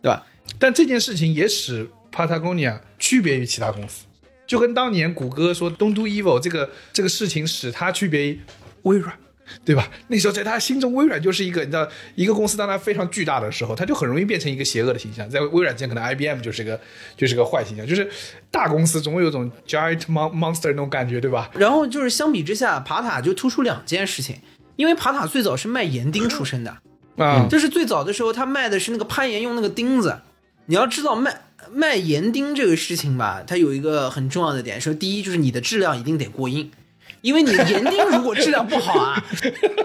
Speaker 4: 对吧？
Speaker 3: 但这件事情也使 Patagonia 区别于其他公司，就跟当年谷歌说 “Don't do evil” 这个这个事情使它区别于微软，对吧？那时候在他心中，微软就是一个你知道，一个公司当它非常巨大的时候，它就很容易变成一个邪恶的形象。在微软之前，可能 IBM 就是一个就是个坏形象，就是大公司总会有种 giant mon- monster 那种感觉，对吧？
Speaker 4: 然后就是相比之下，爬塔就突出两件事情，因为爬塔最早是卖盐钉出身的，
Speaker 3: 啊、
Speaker 4: 就是最早的时候他卖的是那个攀岩用那个钉子。你要知道卖卖盐钉这个事情吧，它有一个很重要的点，说第一就是你的质量一定得过硬，因为你盐钉如果质量不好啊，
Speaker 5: <laughs>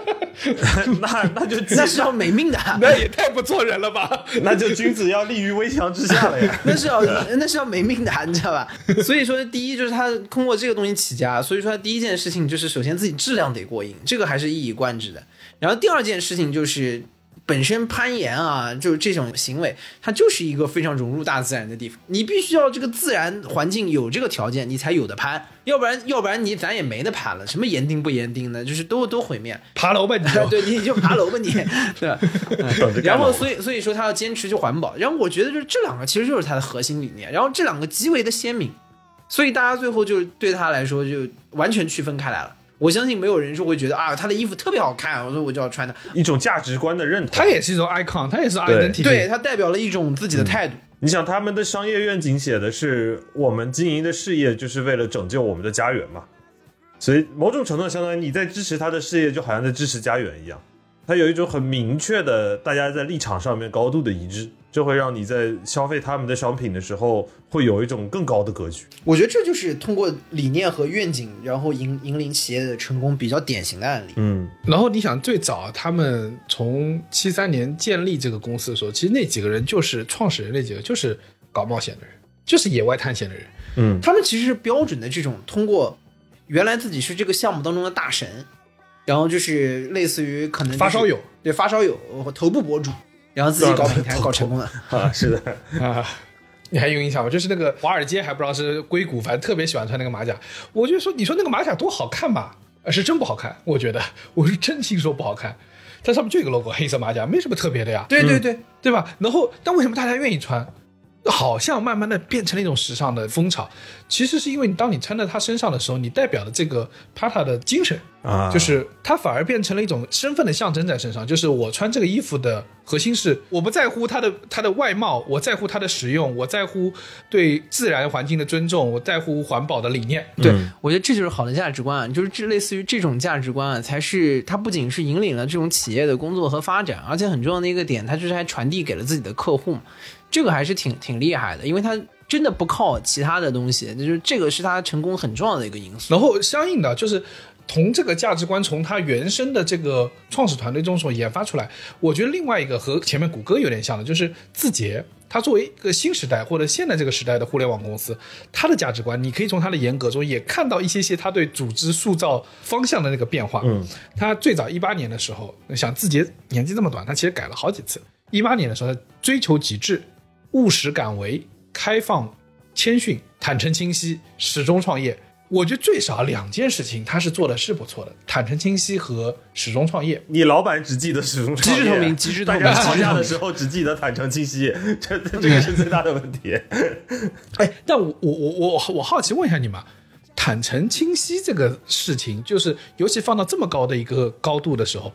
Speaker 5: 那那就
Speaker 4: 那是要没命的。
Speaker 3: 那也太不做人了吧！
Speaker 5: 那就君子要立于危墙之下了 <laughs> 呀。
Speaker 4: <laughs> 那是要那是要没命的，你知道吧？ <laughs> 所以说，第一就是他通过这个东西起家，所以说他第一件事情就是首先自己质量得过硬，这个还是一以贯之的。然后第二件事情就是本身攀岩啊，就是这种行为，它就是一个非常融入大自然的地方，你必须要这个自然环境有这个条件，你才有的攀，要不然要不然你咱也没得攀了，什么岩钉不岩钉的，就是都都毁灭。
Speaker 3: <laughs> 爬楼吧你就， <laughs>
Speaker 4: 对，你就爬楼吧你，对吧？嗯然后所以所以说他要坚持去环保，然后我觉得就是这两个其实就是他的核心理念，然后这两个极为的鲜明，所以大家最后就是对他来说就完全区分开来了。我相信没有人是会觉得啊，他的衣服特别好看，啊我说我就要穿它。
Speaker 5: 一种价值观的认同
Speaker 3: 它。也是一种 icon，它也是
Speaker 5: 对
Speaker 3: identity。
Speaker 4: 对，他代表了一种自己的态度。
Speaker 5: 你想，他们的商业愿景写的是我们经营的事业就是为了拯救我们的家园嘛，所以某种程度上相当于你在支持他的事业，就好像在支持家园一样。它有一种很明确的大家在立场上面高度的一致，这会让你在消费他们的商品的时候会有一种更高的格局。
Speaker 4: 我觉得这就是通过理念和愿景，然后引引领企业的成功比较典型的案例。
Speaker 5: 嗯，
Speaker 3: 然后你想，最早他们从七三年建立这个公司的时候，其实那几个人就是创始人，那几个就是搞冒险的人，就是野外探险的人。
Speaker 4: 他们其实是标准的这种通过原来自己是这个项目当中的大神，然后就是类似于可能就是
Speaker 3: 发烧友，
Speaker 4: 对发烧友头部博主，然后自己搞品牌搞成功了。
Speaker 5: 啊，是的，
Speaker 3: 啊。 <laughs> 你还有印象吗？就是那个华尔街还不知道是硅谷，反正特别喜欢穿那个马甲。我就说，你说那个马甲多好看吧？呃是真不好看，我觉得， <laughs> 我是真心说不好看。它上面就一个 logo，黑色马甲，没什么特别的呀，嗯
Speaker 4: 对对对，
Speaker 3: 对吧？然后，但为什么大家愿意穿？好像慢慢的变成了一种时尚的风潮，其实是因为你当你穿在它身上的时候，你代表的这个 Pata 的精神，
Speaker 5: 啊，
Speaker 3: 就是它反而变成了一种身份的象征在身上。就是我穿这个衣服的核心是，我不在乎它的它的外貌，我在乎它的使用，我在乎对自然环境的尊重，我在乎环保的理念。
Speaker 4: 对，我觉得这就是好的价值观啊，就是这类似于这种价值观啊，才是它不仅是引领了这种企业的工作和发展，而且很重要的一个点，它就是还传递给了自己的客户嘛，这个还是挺挺厉害的，因为它真的不靠其他的东西，就是这个是它成功很重要的一个因素。
Speaker 3: 然后相应的就是从这个价值观从它原生的这个创始团队中所研发出来。我觉得另外一个和前面谷歌有点像的，就是字节。它作为一个新时代或者现在这个时代的互联网公司，它的价值观，你可以从它的严格中也看到一些些它对组织塑造方向的那个变化。嗯，它最早一八年的时候，想字节年纪这么短，它其实改了好几次。一八年的时候，它追求极致，务实敢为，开放、谦逊、坦诚、清晰，始终创业。我觉得最少两件事情他是做的是不错的，坦诚、清晰和始终创业。
Speaker 5: 你老板只记得始终
Speaker 4: 极致
Speaker 5: 创业
Speaker 4: 透明极致
Speaker 5: 大
Speaker 4: 透
Speaker 5: 家
Speaker 4: 明
Speaker 5: 吵
Speaker 4: 极致透
Speaker 5: 架
Speaker 4: 明
Speaker 5: 的时候只记得坦诚清晰，
Speaker 4: <laughs>
Speaker 5: 这这个是最大的问题。
Speaker 3: 哎，但我我我我我好奇问一下你们，坦诚清晰这个事情，就是尤其放到这么高的一个高度的时候，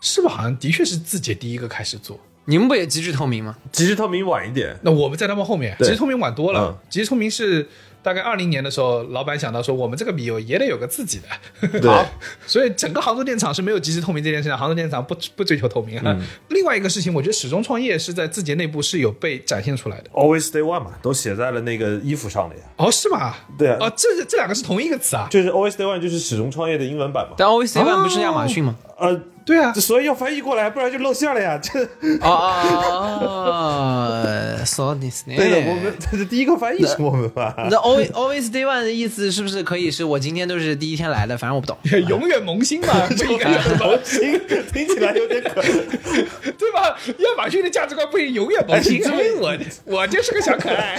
Speaker 3: 是不是好像的确是字节第一个开始做？
Speaker 4: 你们不也机智透明吗？
Speaker 5: 即使透明晚一点，
Speaker 3: 那我们在他们后面，
Speaker 5: 对
Speaker 3: 其实透明晚多了
Speaker 5: 嗯。
Speaker 3: 其实透明是大概二零年的时候，老板想到说，我们这个笔友也得有个自己的。
Speaker 5: 对
Speaker 3: 好，所以整个杭州电厂是没有及时透明这件事情，杭州电厂不不追求透明。啊另外一个事情，我觉得始终创业是在字节内部是有被展现出来的。
Speaker 5: Always Day One 嘛，都写在了那个衣服上了呀。
Speaker 3: 哦，是吗？
Speaker 5: 对啊
Speaker 3: 哦，这这两个是同一个词啊。
Speaker 5: 就是 Always Day One 就是始终创业的英文版嘛。
Speaker 4: 但 OVC One 不是
Speaker 3: 啊
Speaker 4: 亚马逊吗？
Speaker 5: 呃，
Speaker 3: 对啊，
Speaker 5: 所以要翻译过来，不然就露馅了呀。这
Speaker 4: 哦哦哦，そうですね。
Speaker 5: 对的，我们这第一个翻译是我们吧？
Speaker 4: 那 always always day one 的意思是不是可以是我今天都是第一天来的？反正我不懂。
Speaker 3: 永远萌新嘛，不应该
Speaker 5: <laughs> 啊
Speaker 3: 是吧
Speaker 5: 听听起来有点可，
Speaker 3: 对吧？亚马逊的价值观不是永远萌新，因为我我就是个小可爱。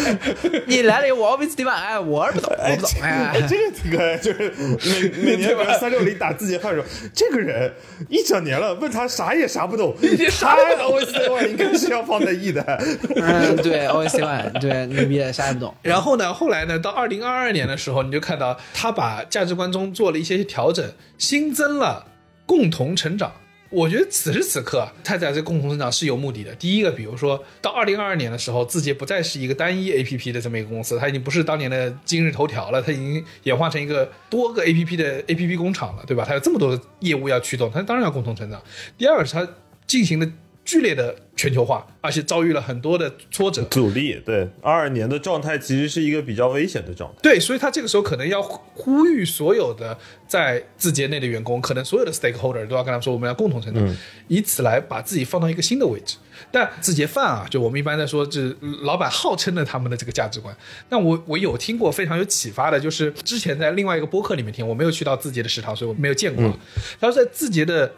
Speaker 4: 你来了以后，我 always day one，哎，我是不懂，我
Speaker 5: 哎
Speaker 4: 不懂，哎
Speaker 5: 哎，。这个挺可爱，就是 <laughs> 每每年晚上三六零打字节饭的时候，这个人一整年了，问他啥也啥不懂，他 Always Day One 应该是要放在译的。 <laughs>
Speaker 4: 嗯，对，always day one，对，牛逼了，啥也不懂。
Speaker 3: 然后呢，后来呢，到二零二二年的时候，你就看到他把价值观中做了一些调整，新增了共同成长。我觉得此时此刻，啊他在这共同成长是有目的的。第一个，比如说到二零二二年的时候，字节不再是一个单一 APP 的这么一个公司，它已经不是当年的今日头条了，它已经演化成一个多个 APP 的 APP 工厂了，对吧？它有这么多的业务要驱动，它当然要共同成长。第二个是它进行了剧烈的全球化，而且遭遇了很多的挫折，
Speaker 5: 阻力，对，二二年的状态其实是一个比较危险的状态。
Speaker 3: 对，所以他这个时候可能要呼呼吁所有的在字节内的员工，可能所有的 stakeholder 都要跟他们说，我们要共同成长，以此来把自己放到一个新的位置。但字节饭啊，就我们一般在说，这老板号称了他们的这个价值观。那我我有听过非常有启发的，就是之前在另外一个播客里面听，我没有去到字节的食堂，所以我没有见过。啊他说在字节的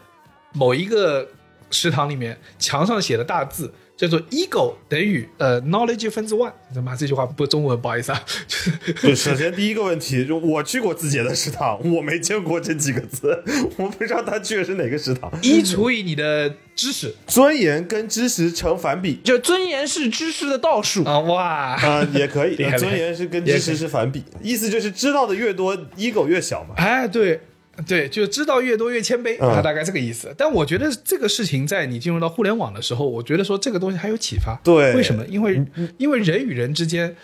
Speaker 3: 某一个食堂里面，墙上写的大字叫做 “ego 等于呃 knowledge 分之 one”。他妈这句话不中文，不好意思啊，就是
Speaker 5: 就 <laughs> 首先第一个问题，就我去过字节的食堂，我没见过这几个字， <laughs> 我不知道他去的是哪个食堂。
Speaker 3: 一除以你的知识
Speaker 5: 尊严跟知识成反比
Speaker 4: 就尊严是知识的倒数，
Speaker 3: 啊，哇！
Speaker 5: 啊、也可
Speaker 3: <laughs>
Speaker 5: 以
Speaker 3: 厉害厉，害
Speaker 5: 尊严是跟知识是反比，意思就是知道的越多，ego 越小嘛。
Speaker 3: 哎，对对，就知道越多越谦卑，
Speaker 5: 嗯
Speaker 3: 啊，大概这个意思。但我觉得这个事情在你进入到互联网的时候，我觉得说这个东西还有启发。
Speaker 5: 对
Speaker 3: 为什么？因为因为人与人之间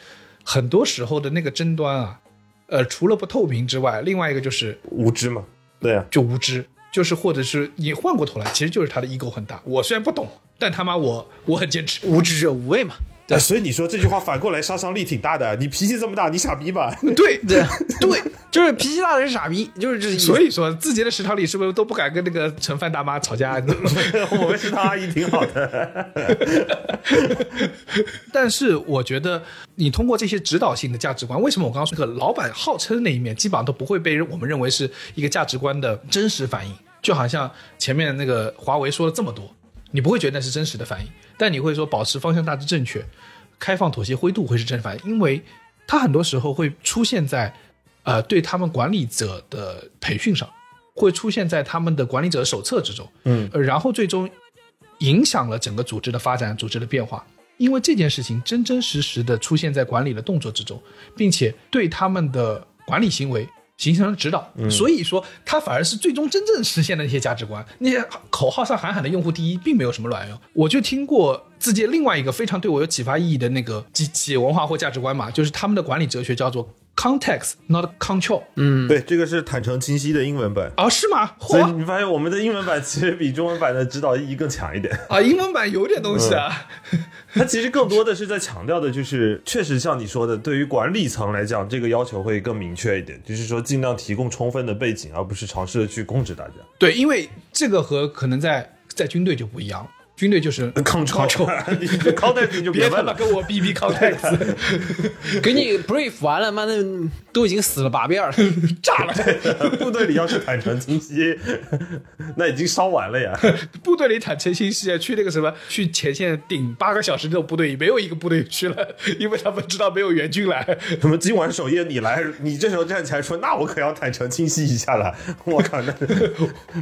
Speaker 3: 很多时候的那个争端啊，呃，除了不透明之外，另外一个就是
Speaker 5: 无知嘛，对啊，
Speaker 3: 就无知，就是或者是你换过头来，其实就是他的 ego 很大。我虽然不懂，但他妈我我很坚持。
Speaker 4: 无知者无畏嘛。
Speaker 5: 啊所以你说这句话反过来杀伤力挺大的。 <laughs> 你脾气这么大，你傻逼
Speaker 3: <laughs>
Speaker 5: 吧？
Speaker 3: 对
Speaker 4: 对对，就是脾气大的人是傻逼，就是这意思。
Speaker 3: 所以说，字节的食堂里是不是都不敢跟那个盛饭大妈吵架？你知道吗
Speaker 5: 我们食堂阿姨挺好的。
Speaker 3: 但是我觉得，你通过这些指导性的价值观，为什么我刚刚说那个老板号称那一面，基本上都不会被我们认为是一个价值观的真实反应？就好像前面那个华为说了这么多，你不会觉得那是真实的反应，但你会说保持方向大致正确，开放、妥协、灰度会是正反应，因为它很多时候会出现在呃对他们管理者的培训上，会出现在他们的管理者手册之中，嗯，然后最终影响了整个组织的发展、组织的变化。因为这件事情真真实实的出现在管理的动作之中，并且对他们的管理行为形成了指导，
Speaker 5: 嗯
Speaker 3: 所以说它反而是最终真正实现的那些价值观，那些口号上喊喊的用户第一，并没有什么卵用。我就听过字节另外一个非常对我有启发意义的那个企企业文化或价值观嘛，就是他们的管理哲学叫做 context not control。嗯，
Speaker 5: 对，这个是坦诚清晰的英文版。
Speaker 3: 啊，是吗？
Speaker 5: 嗯所以
Speaker 3: 嚯
Speaker 5: 你发现我们的英文版其实比中文版的指导意义更强一点，
Speaker 3: 啊，英文版有点东西啊。
Speaker 5: 嗯 <laughs> 它其实更多的是在强调的，就是确实像你说的，对于管理层来讲，这个要求会更明确一点，就是说尽量提供充分的背景，而不是尝试的去控制大家。
Speaker 3: 对，因为这个和可能在在军队就不一样，军队就是
Speaker 5: <laughs> Control，
Speaker 3: <laughs>
Speaker 5: 你这 context 你就别
Speaker 3: 别他
Speaker 5: 问
Speaker 3: 妈
Speaker 5: 了。
Speaker 3: 跟我逼逼
Speaker 5: <laughs>
Speaker 3: context，
Speaker 4: 给你 brief 完了，妈的都已经死了八遍了。
Speaker 3: 炸了！
Speaker 5: <laughs> 部队里要是坦诚清晰， <laughs> 那已经烧完了呀。 <laughs>
Speaker 3: 部队里坦诚信息啊，去那个什么，去前线顶八个小时的部队，没有一个部队去了，因为他们知道没有援军来。
Speaker 5: 什么今晚守夜你来，你这时候站起来说，那我可要坦诚清晰一下了。我靠，那。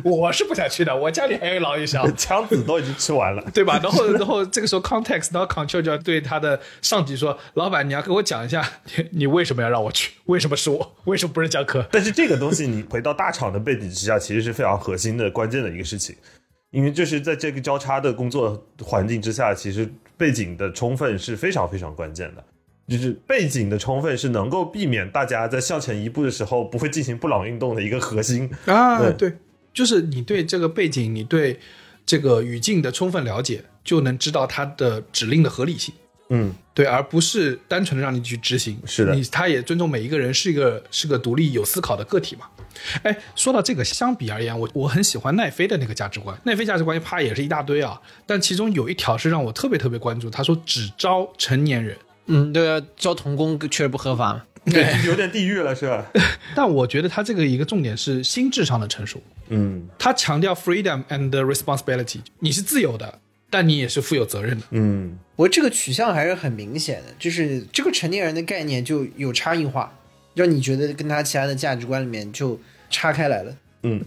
Speaker 3: 我是不想去的，我家里还有老有小
Speaker 5: 枪子都已经吃完完了。
Speaker 3: 对吧？然后，然后这个时候 context，然后 control 就要对他的上级说：“老板，你要给我讲一下，你你为什么要让我去？为什么是我？为什么不是江科
Speaker 5: 但是这个东西，你回到大厂的背景之下，其实是非常核心的、关键的一个事情，因为就是在这个交叉的工作环境之下，其实背景的充分是非常非常关键的。就是背景的充分是能够避免大家在向前一步的时候不会进行布朗运动的一个核心。？”
Speaker 3: 啊
Speaker 5: 对
Speaker 3: 对，就是你对这个背景，你对这个语境的充分了解，就能知道它的指令的合理性。
Speaker 5: 嗯，
Speaker 3: 对，而不是单纯的让你去执行。
Speaker 5: 是的
Speaker 3: 你他也尊重每一个人是一个是个独立有思考的个体嘛。哎，说到这个，相比而言，我我很喜欢奈飞的那个价值观。奈飞价值观啪也是一大堆啊，但其中有一条是让我特别特别关注，他说只招成年人。
Speaker 4: 嗯，对啊，招童工确实不合法嘛。
Speaker 5: 有点地狱了是吧？
Speaker 3: 但我觉得他这个一个重点是心智上的成熟，
Speaker 5: <laughs> 嗯
Speaker 3: 他强调 freedom and responsibility，你是自由的，但你也是负有责任的。
Speaker 5: 嗯，
Speaker 6: 我这个取向还是很明显的，就是这个成年人的概念就有差异化，让你觉得跟他其他的价值观里面就岔开来了。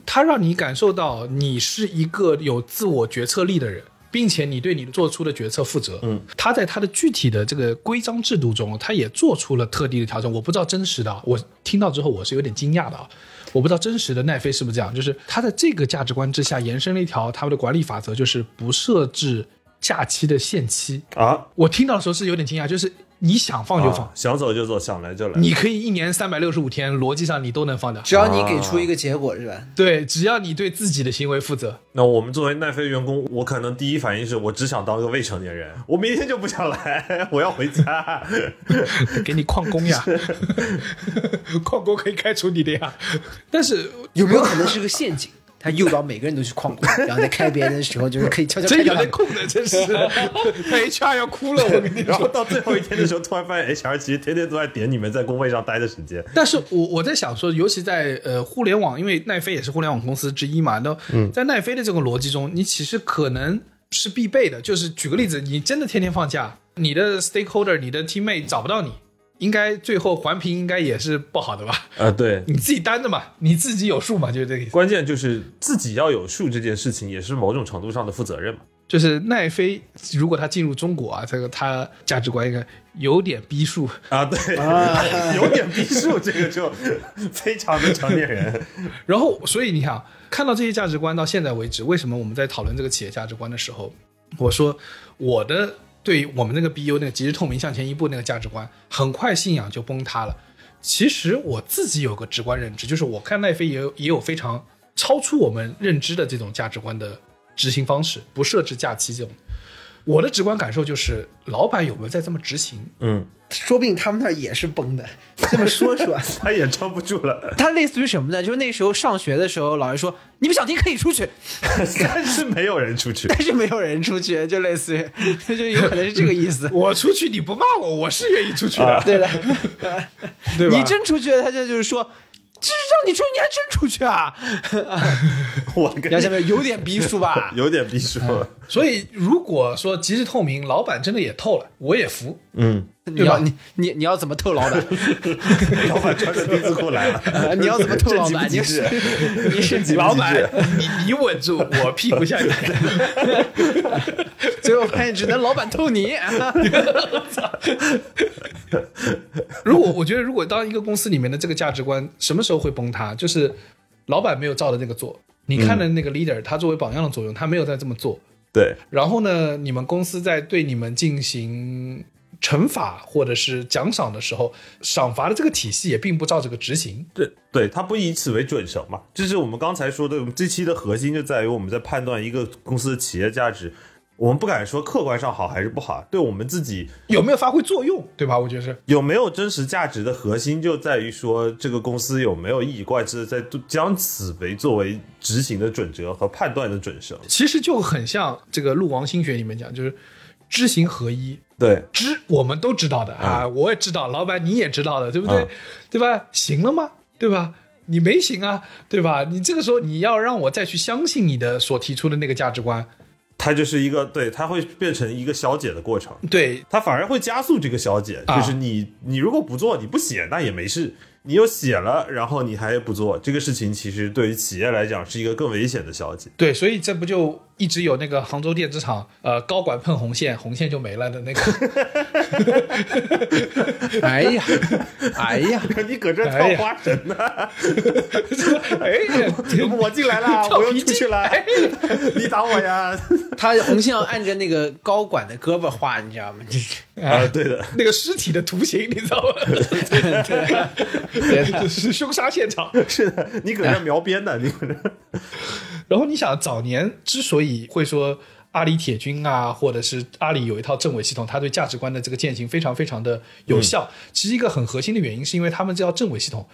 Speaker 3: 它让你感受到你是一个有自我决策力的人，并且你对你做出的决策负责。嗯，他在他的具体的这个规章制度中，他也做出了特地的调整。我不知道真实的啊，我听到之后我是有点惊讶的啊。我不知道真实的奈飞是不是这样，就是他在这个价值观之下延伸了一条他们的管理法则，就是不设置假期的限期。
Speaker 5: 啊，
Speaker 3: 我听到的时候是有点惊讶，就是你想放就放，
Speaker 5: 啊想走就走，想来就来。
Speaker 3: 你可以一年三百六十五天，逻辑上你都能放掉。
Speaker 6: 只要你给出一个结果，是吧？
Speaker 3: 对，只要你对自己的行为负责。
Speaker 5: 那我们作为奈飞员工，我可能第一反应是我只想当个未成年人，我明天就不想来， <laughs> 我要回家。
Speaker 3: 给你旷工 <laughs> 呀，旷工可以开除你的呀。但是
Speaker 6: 有没有可能是个陷阱？他诱导每个人都去旷工，然后在开别人的时候，就是啊可以悄 <laughs> 悄
Speaker 3: 真
Speaker 6: 开掉
Speaker 3: 有
Speaker 6: 他
Speaker 3: 那
Speaker 6: 们。
Speaker 3: 空的，真是 <laughs> 他 HR 要哭 <laughs> 了，我跟你
Speaker 5: <laughs> 然后
Speaker 3: 说。
Speaker 5: 到最后一天 <laughs> 的时候，突然发现 HR 其实天天都在点你们在工位上待的时间。
Speaker 3: <laughs> 但是我我在想说，尤其在呃互联网，因为奈飞也是互联网公司之一嘛，那在奈飞的这个逻辑中，你其实可能是必备的。就是举个例子，你真的天天放假，你的 stakeholder、你的 teammate 找不到你，应该最后环评应该也是不好的吧？
Speaker 5: 啊，对，
Speaker 3: 你自己担的嘛，你自己有数嘛，就是这个意思。
Speaker 5: 关键就是自己要有数这件事情，也是某种程度上的负责任嘛。
Speaker 3: 就是奈飞，如果他进入中国啊，这个他价值观应该有点逼数。
Speaker 5: 啊， <laughs> 对，啊有点逼数，这个就非常的成年人。
Speaker 3: 然后，所以你看，啊，看到这些价值观到现在为止，为什么我们在讨论这个企业价值观的时候，我说我的对我们那个 BU 那个即时透明向前一步那个价值观，很快信仰就崩塌了。其实我自己有个直观认知，就是我看奈飞也有也有非常超出我们认知的这种价值观的执行方式，不设置假期这种。我的直观感受就是，老板有没有在这么执行？。
Speaker 5: 嗯，
Speaker 6: 说不定他们那儿也是崩的。这么说说，
Speaker 5: <laughs> 他也撑不住了，
Speaker 4: 它类似于什么呢？就是那时候上学的时候，老师说你们想听可以出去，
Speaker 5: 但是没有人出去。
Speaker 4: 但是没有人出去，就类似于，就有可能是这个
Speaker 6: <laughs>
Speaker 4: 意思
Speaker 3: <laughs> 我出去你不骂我，我是愿意出去的，
Speaker 4: 对的，
Speaker 3: 对吧？
Speaker 4: 啊你真出去了，他就就是说，这是让你出去，你还真出去啊？ <laughs>
Speaker 5: 我跟
Speaker 4: 然后下
Speaker 5: 你，
Speaker 4: 面有点逼数吧 <laughs>
Speaker 5: 有点逼数，
Speaker 3: 所以如果说即时透明，老板真的也透了，我也服。
Speaker 5: 嗯，
Speaker 4: 你要你你你要怎么透老 <laughs> 板？
Speaker 5: 老板穿着丁字裤来了。
Speaker 4: 啊你要怎么透老板？
Speaker 5: 这极
Speaker 4: 你
Speaker 5: 不极
Speaker 4: 是
Speaker 5: 致
Speaker 4: 你是
Speaker 3: 老板，哎你你稳住，我屁股下你。
Speaker 4: 最后发现只能老板透你。 <laughs>
Speaker 3: 如果我觉得，如果当一个公司里面的这个价值观什么时候会崩塌，就是老板没有照着这个做，你看的那个 leader，、他作为榜样的作用，他没有在这么做。
Speaker 5: 对，
Speaker 3: 然后呢，你们公司在对你们进行惩罚或者是奖赏的时候，赏罚的这个体系也并不照这个执行。
Speaker 5: 对对，它不以此为准绳嘛，这是我们刚才说的。这期的核心就在于我们在判断一个公司的企业价值，我们不敢说客观上好还是不好，对我们自己
Speaker 3: 有没有发挥作用，对吧？我觉得是。
Speaker 5: 有没有真实价值的核心，就在于说这个公司有没有一以贯之的在将此为作为执行的准则和判断的准绳。
Speaker 3: 其实就很像这个《鹿王新学》里面讲，就是知行合一。
Speaker 5: 对，
Speaker 3: 知我们都知道的啊，我也知道，老板你也知道的，对不对？
Speaker 5: 嗯
Speaker 3: 对吧？行了吗？对吧？你没行啊，对吧？你这个时候你要让我再去相信你的所提出的那个价值观，
Speaker 5: 它就是一个对，它会变成一个消解的过程，
Speaker 3: 对，
Speaker 5: 它反而会加速这个消解。
Speaker 3: 啊
Speaker 5: 就是你你如果不做，你不写那也没事，你又写了，然后你还不做，这个事情其实对于企业来讲是一个更危险的消解。
Speaker 3: 对，所以这不就一直有那个杭州电子厂，呃，高管碰红线，红线就没了的
Speaker 5: <laughs>
Speaker 3: 那个。 <laughs>
Speaker 4: 哎呀，哎呀，
Speaker 5: 你搁这
Speaker 3: 哎
Speaker 5: 跳
Speaker 3: 呀
Speaker 5: 花神呢、
Speaker 3: 哎，
Speaker 5: <laughs> 我进来
Speaker 3: <laughs>
Speaker 5: 了，
Speaker 3: 跳
Speaker 5: 我又
Speaker 3: 皮
Speaker 5: 出
Speaker 3: 筋
Speaker 5: 去了，你打我呀！
Speaker 4: 他红线要按着那个高管的胳膊画，你知道吗？这是
Speaker 5: 啊，对的，
Speaker 3: 那个尸体的图形，你知道吗？ <laughs> 是凶杀现场。
Speaker 5: 是的，你搁这描边呢，你搁这
Speaker 3: 然后你想，早年之所以会说阿里铁军啊，或者是阿里有一套政委系统，它对价值观的这个践行非常非常的有效。其实一个很核心的原因，是因为他们这套政委系统，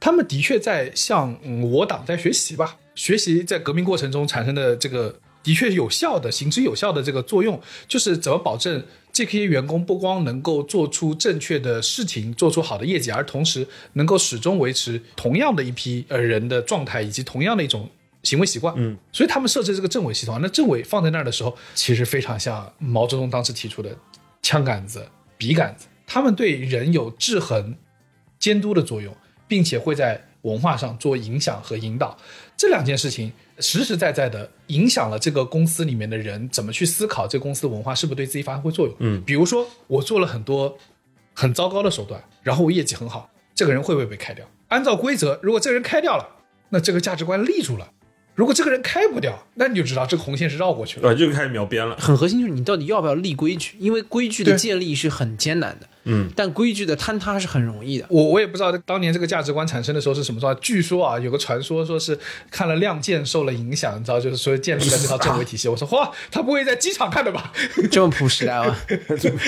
Speaker 3: 他们的确在向、嗯、我党在学习吧，学习在革命过程中产生的这个的确有效的、行之有效的这个作用，就是怎么保证这批员工不光能够做出正确的事情、做出好的业绩，而同时能够始终维持同样的一批呃人的状态以及同样的一种。行为习惯，嗯，所以他们设置这个政委系统，那政委放在那儿的时候，其实非常像毛泽东当时提出的枪杆子、笔杆子，他们对人有制衡、监督的作用，并且会在文化上做影响和引导。这两件事情实实在在的影响了这个公司里面的人怎么去思考这个公司的文化是不是对自己发挥作用。嗯，比如说我做了很多很糟糕的手段，然后我业绩很好，这个人会不会被开掉？按照规则，如果这个人开掉了，那这个价值观立住了。如果这个人开不掉，那你就知道这个红线是绕过去了。
Speaker 5: 啊，就开始描边了。
Speaker 4: 很核心，就是你到底要不要立规矩？因为规矩的
Speaker 3: 对
Speaker 4: 建立是很艰难的，
Speaker 5: 嗯，
Speaker 4: 但规矩的坍塌是很容易的。
Speaker 3: 我我也不知道当年这个价值观产生的时候是什么状态。据说啊，有个传说说是看了《亮剑》受了影响，你知道，就是说建立了这套政委体系。我说哇，他不会在机场看的吧？
Speaker 4: 这么朴实啊， <laughs>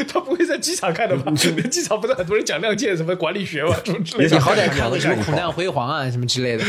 Speaker 3: 他不会在机场看的吧？机场不是很多人讲《亮剑》什么管理学嘛，什么之类
Speaker 5: 也
Speaker 3: 的
Speaker 4: 你
Speaker 5: 想。
Speaker 4: 好歹
Speaker 5: 看
Speaker 4: 看个什么
Speaker 5: 看一
Speaker 4: 苦
Speaker 5: 包
Speaker 4: 难辉煌啊，什么之类的。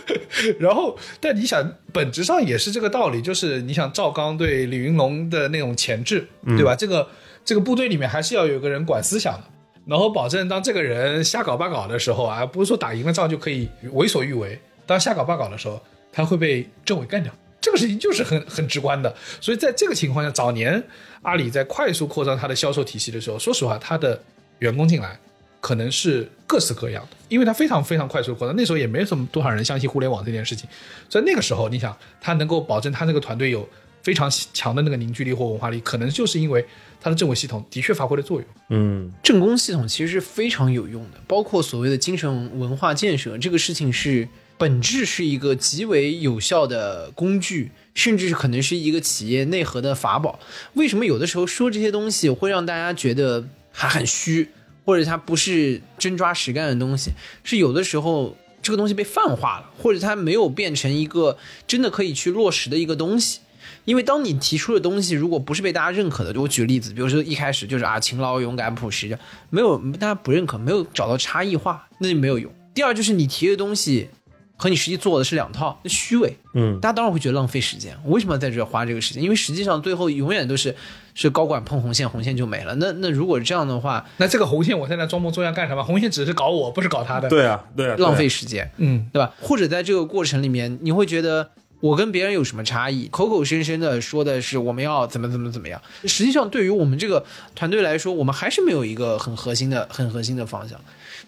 Speaker 3: <laughs> 然后，但你想，本质上也是这个道理，就是你想赵刚对李云龙的那种钳制，对吧？这个这个部队里面还是要有个人管思想的，然后保证当这个人瞎搞八搞的时候啊，不是说打赢了仗就可以为所欲为，当瞎搞八搞的时候，他会被政委干掉。这个事情就是很很直观的，所以在这个情况下，早年阿里在快速扩张它的销售体系的时候，说实话，它的员工进来可能是各式各样的，因为它非常非常快速地扩张，那时候也没什么多少人相信互联网这件事情，所以那个时候，你想他能够保证他这个团队有非常强的那个凝聚力或文化力，可能就是因为他的政委系统的确发挥了作用。
Speaker 5: 嗯，
Speaker 4: 正宫系统其实是非常有用的，包括所谓的精神文化建设，这个事情是本质是一个极为有效的工具，甚至是可能是一个企业内核的法宝。为什么有的时候说这些东西会让大家觉得还很虚，或者它不是真抓实干的东西？是有的时候这个东西被泛化了，或者它没有变成一个真的可以去落实的一个东西。因为当你提出的东西如果不是被大家认可的，我举个例子，比如说一开始就是啊勤劳、勇敢、朴实，没有大家不认可，没有找到差异化，那就没有用。第二就是你提的东西和你实际做的是两套，那虚伪，
Speaker 5: 嗯
Speaker 4: 大家当然会觉得浪费时间。我为什么要在这花这个时间？因为实际上最后永远都是是高管碰红线，红线就没了。那那如果这样的话，
Speaker 3: 那这个红线我在那装模作样干什么？红线只是搞我，不是搞他的。，
Speaker 5: 对啊，对啊，对啊
Speaker 4: 浪费。时间。
Speaker 3: 嗯，
Speaker 4: 对吧？或者在这个过程里面，你会觉得我跟别人有什么差异？口口声声的说的是我们要怎么怎么怎么样，实际上对于我们这个团队来说，我们还是没有一个很核心的、很核心的方向。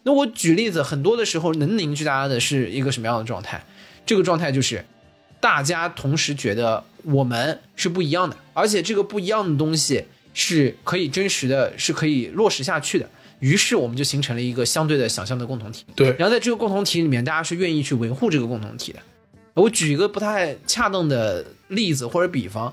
Speaker 4: 那我举例子，很多的时候能凝聚大家的是一个什么样的状态？这个状态就是大家同时觉得我们是不一样的，而且这个不一样的东西是可以真实的，是可以落实下去的。于是我们就形成了一个相对的想象的共同体。
Speaker 3: 对
Speaker 4: 然后在这个共同体里面，大家是愿意去维护这个共同体的。我举一个不太恰当的例子或者比方，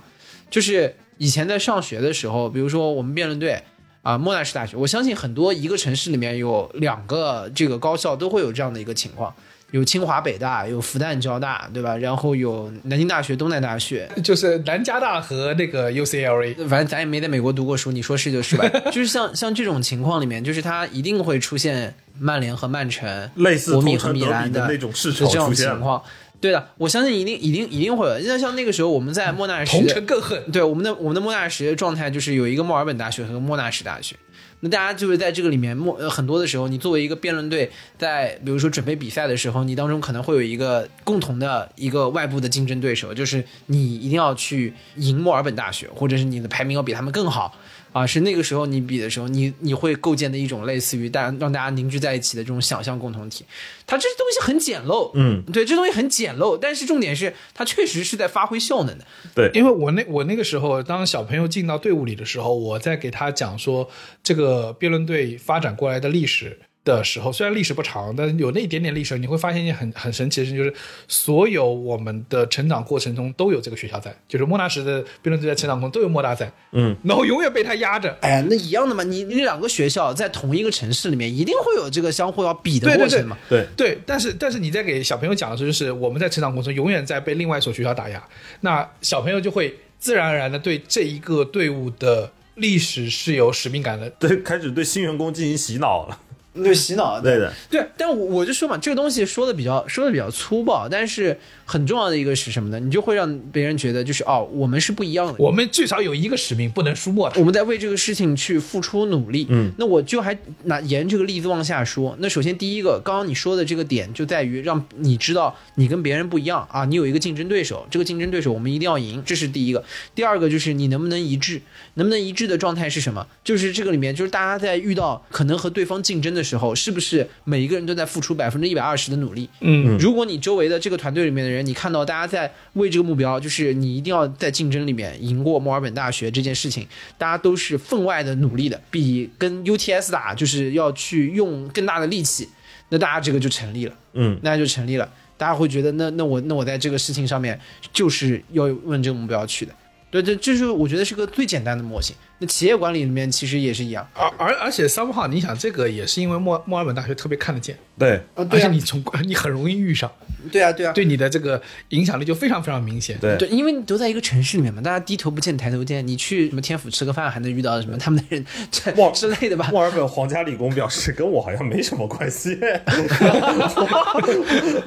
Speaker 4: 就是以前在上学的时候，比如说我们辩论队啊，莫纳什大学，我相信很多一个城市里面有两个这个高校都会有这样的一个情况，有清华北大，有复旦交大，对吧？然后有南京大学、东南大学，
Speaker 3: 就是南加大和那个 UCLA。
Speaker 4: 反正咱也没在美国读过书，你说是就是
Speaker 5: <laughs>
Speaker 4: 吧？就是像像这种情况里面，就是它一定会出现曼联和曼城，
Speaker 5: 类似
Speaker 4: 国米
Speaker 5: 同
Speaker 4: 和
Speaker 5: 城
Speaker 4: 米
Speaker 5: 德
Speaker 4: 兰
Speaker 5: 比的
Speaker 4: 的
Speaker 5: 那种世
Speaker 4: 就
Speaker 5: 仇
Speaker 4: 这种
Speaker 5: 出现
Speaker 4: 情
Speaker 5: 了，
Speaker 4: 况。对的，我相信一定一定一定会有。那像那个时候我们在莫纳什
Speaker 3: 同城更恨，
Speaker 4: 对我们的我们的莫纳什的状态就是有一个墨尔本大学和莫纳什大学。那大家就是在这个里面，莫呃很多的时候，你作为一个辩论队，在比如说准备比赛的时候，你当中可能会有一个共同的一个外部的竞争对手，就是你一定要去赢墨尔本大学，或者是你的排名要比他们更好，啊，是那个时候你比的时候，你你会构建的一种类似于大家让大家凝聚在一起的这种想象共同体。它这东西很简陋，
Speaker 5: 嗯，
Speaker 4: 对，这东西很简陋，但是重点是它确实是在发挥效能的。
Speaker 5: 对，
Speaker 3: 因为我那我那个时候，当小朋友进到队伍里的时候，我在给他讲说这个辩论队发展过来的历史的时候，虽然历史不长，但有那一点点历史，你会发现一件很很神奇的事情，就是所有我们的成长过程中都有这个学校在，就是莫纳什的辩论队在成长中都有莫大在，
Speaker 5: 嗯，
Speaker 3: 然后永远被他压着。
Speaker 4: 哎呀，那一样的嘛，你你两个学校在同一个城市里面，一定会有这个相互要比的
Speaker 3: 对
Speaker 4: 过
Speaker 3: 对对
Speaker 4: 程嘛。
Speaker 5: 对，
Speaker 3: 对，但是但是你在给小朋友讲的时候，就是我们在成长过程中永远在被另外一所学校打压，那小朋友就会自然而然的对这一个队伍的历史是有使命感的。
Speaker 5: 对，开始对新员工进行洗脑了。
Speaker 4: 对，洗脑
Speaker 5: 对的，
Speaker 4: 对，但我我就说嘛，这个东西说的比较说的比较粗暴，但是很重要的一个是什么呢？你就会让别人觉得就是哦，我们是不一样的，
Speaker 3: 我们至少有一个使命，不能输没它
Speaker 4: 我。们在为这个事情去付出努力。
Speaker 5: 嗯，
Speaker 4: 那我就还拿沿这个例子往下说。那首先第一个，刚刚你说的这个点就在于让你知道你跟别人不一样啊，你有一个竞争对手，这个竞争对手我们一定要赢，这是第一个。第二个就是你能不能一致，能不能一致的状态是什么？就是这个里面就是大家在遇到可能和对方竞争的时候，是不是每一个人都在付出百分之一百二十的努力？
Speaker 3: 嗯
Speaker 4: 如果你周围的这个团队里面的人，你看到大家在为这个目标，就是你一定要在竞争里面赢过墨尔本大学这件事情，大家都是分外的努力的，比跟 UTS 打就是要去用更大的力气，那大家这个就成立了，
Speaker 5: 嗯，
Speaker 4: 那就成立了。大家会觉得那那我那我在这个事情上面就是要问这个目标去的，对，这这是我觉得是个最简单的模型。那企业管理里面其实也是一样，
Speaker 3: 而而而且 somehow，你想这个也是因为墨墨尔本大学特别看得见，
Speaker 5: 对，
Speaker 6: 啊，
Speaker 3: 而
Speaker 6: 对
Speaker 3: 且
Speaker 6: 啊，
Speaker 3: 你从 <laughs> 你很容易遇上，
Speaker 6: 对啊，对啊，
Speaker 3: 对你的这个影响力就非常非常明显。
Speaker 5: 对，
Speaker 4: 对，因为你都在一个城市里面嘛，大家低头不见抬头见。你去什么天府吃个饭，还能遇到什么他们的人这
Speaker 5: 哇
Speaker 4: 之类的吧？
Speaker 5: 墨尔本皇家理工表示跟我好像没什么关系。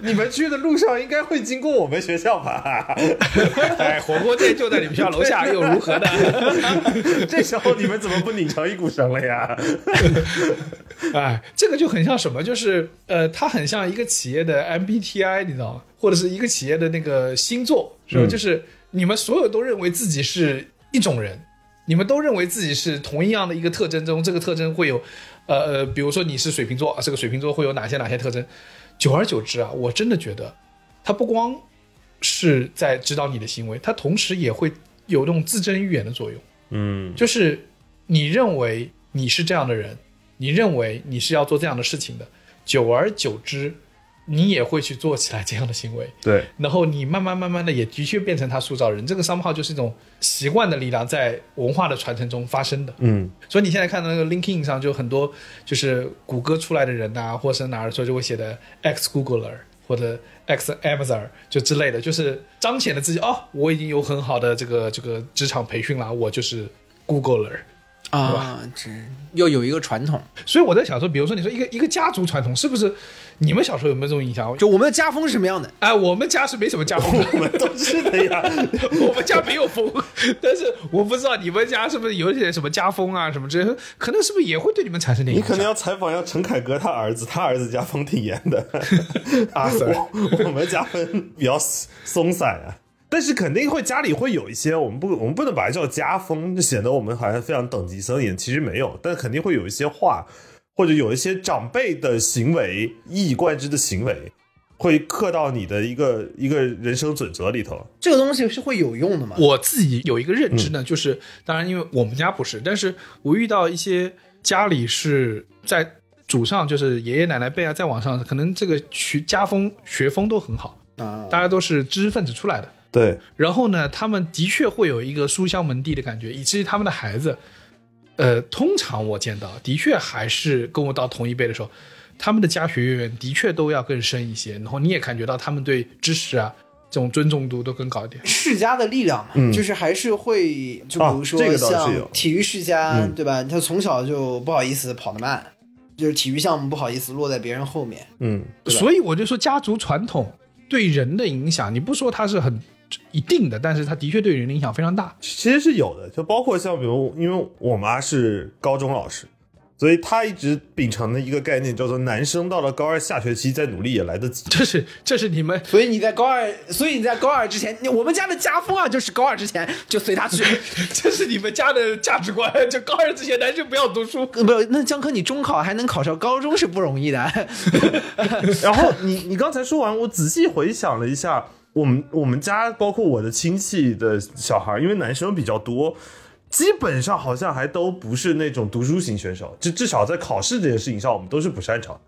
Speaker 5: 你们去的路上应该会经过我们学校吧？
Speaker 3: 哎，火锅店就在你们学校楼下，又如何呢？
Speaker 5: 这时候你们怎么不拧成一股绳了呀？
Speaker 3: 哎，这个就很像什么，就是呃，它很像一个企业的 MBTI，你知道吗？或者是一个企业的那个星座，是吧？
Speaker 5: 嗯
Speaker 3: 就是你们所有都认为自己是一种人，你们都认为自己是同一样的一个特征中，这个特征会有，呃呃，比如说你是水瓶座，啊这个水瓶座会有哪些哪些特征？久而久之啊，我真的觉得，它不光是在指导你的行为，它同时也会有那种自证预言的作用。
Speaker 5: 嗯，
Speaker 3: 就是你认为你是这样的人，你认为你是要做这样的事情的，久而久之，你也会去做起来这样的行为，
Speaker 5: 对，
Speaker 3: 然后你慢慢慢慢的也的确变成他塑造人。这个商号就是一种习惯的力量在文化的传承中发生的。
Speaker 5: 嗯，
Speaker 3: 所以你现在看到那个 LinkedIn 上就很多就是谷歌出来的人呐、或者是哪儿说就会写的 ex Googler 或者 ex Amazon 就之类的，就是彰显了自己哦，我已经有很好的这个这个职场培训啦，我就是 Googler。
Speaker 4: 啊，这要有一个传统。
Speaker 3: 所以我在想说，比如说你说一个一个家族传统，是不是你们小时候有没有这种印象？就
Speaker 4: 就我们的家风是什么样的？
Speaker 3: 哎，我们家是没什么 <laughs> 家风的，
Speaker 5: 我们都是的呀。
Speaker 3: 我们家没有风，但是我不知道你们家是不是有一些什么家风啊什么之类的，可能是不是也会对你们产生点
Speaker 5: 你
Speaker 3: 影响？
Speaker 5: 可能要采访一下陈凯歌他儿子，他儿子家风挺严 <laughs> 的，
Speaker 3: 阿 Sir
Speaker 5: <laughs> 我我们家风比较松散啊。但是肯定会家里会有一些，我们不我们不能把它叫家风，就显得我们好像非常等级森严，其实没有，但肯定会有一些话，或者有一些长辈的行为，一以贯之的行为，会刻到你的一个一个人生准则里头。
Speaker 6: 这个东西是会有用的嘛？
Speaker 3: 我自己有一个认知呢，就是当然因为我们家不是，但是我遇到一些家里是在祖上，就是爷爷奶奶辈啊，在往上，可能这个学家风学风都很好，
Speaker 6: 啊，
Speaker 3: 大家都是知识分子出来的。
Speaker 5: 对，
Speaker 3: 然后呢，他们的确会有一个书香门第的感觉，以至于他们的孩子，呃，通常我见到的确还是跟我到同一辈的时候，他们的家学渊源的确都要更深一些。然后你也感觉到他们对知识啊这种尊重度都更高一点。
Speaker 6: 世家的力量嘛，
Speaker 5: 嗯
Speaker 6: 就是还是会，就比
Speaker 5: 啊
Speaker 6: 如说
Speaker 5: 这个倒是
Speaker 6: 像
Speaker 5: 有
Speaker 6: 体育世家，
Speaker 5: 嗯
Speaker 6: 对吧？他从小就不好意思跑得慢，就是体育项目不好意思落在别人后面。
Speaker 5: 嗯，
Speaker 3: 所以我就说，家族传统对人的影响，你不说它是很一定的，但是它的确对人的影响非常大。 <laughs>
Speaker 5: 其实是有的，就包括像比如，因为我妈是高中老师，所以他一直秉承的一个概念叫做“男生到了高二下学期再努力也来得及
Speaker 3: 这是这是你们
Speaker 4: 所以你在高二，所以你在高二之前，我们家的家风啊，就是高二之前就随
Speaker 3: <laughs>
Speaker 4: 他去。
Speaker 3: 这是你们家的价值观，就高二之前男生不要读书。
Speaker 4: <laughs> 不，那江科，你中考还能考上高中是不容易的。”。
Speaker 5: <laughs> 然后你你刚才说完，我仔细回想了一下，我们我们家包括我的亲戚的小孩，因为男生比较多。基本上好像还都不是那种读书型选手，至至少在考试这件事情上，我们都是不擅长。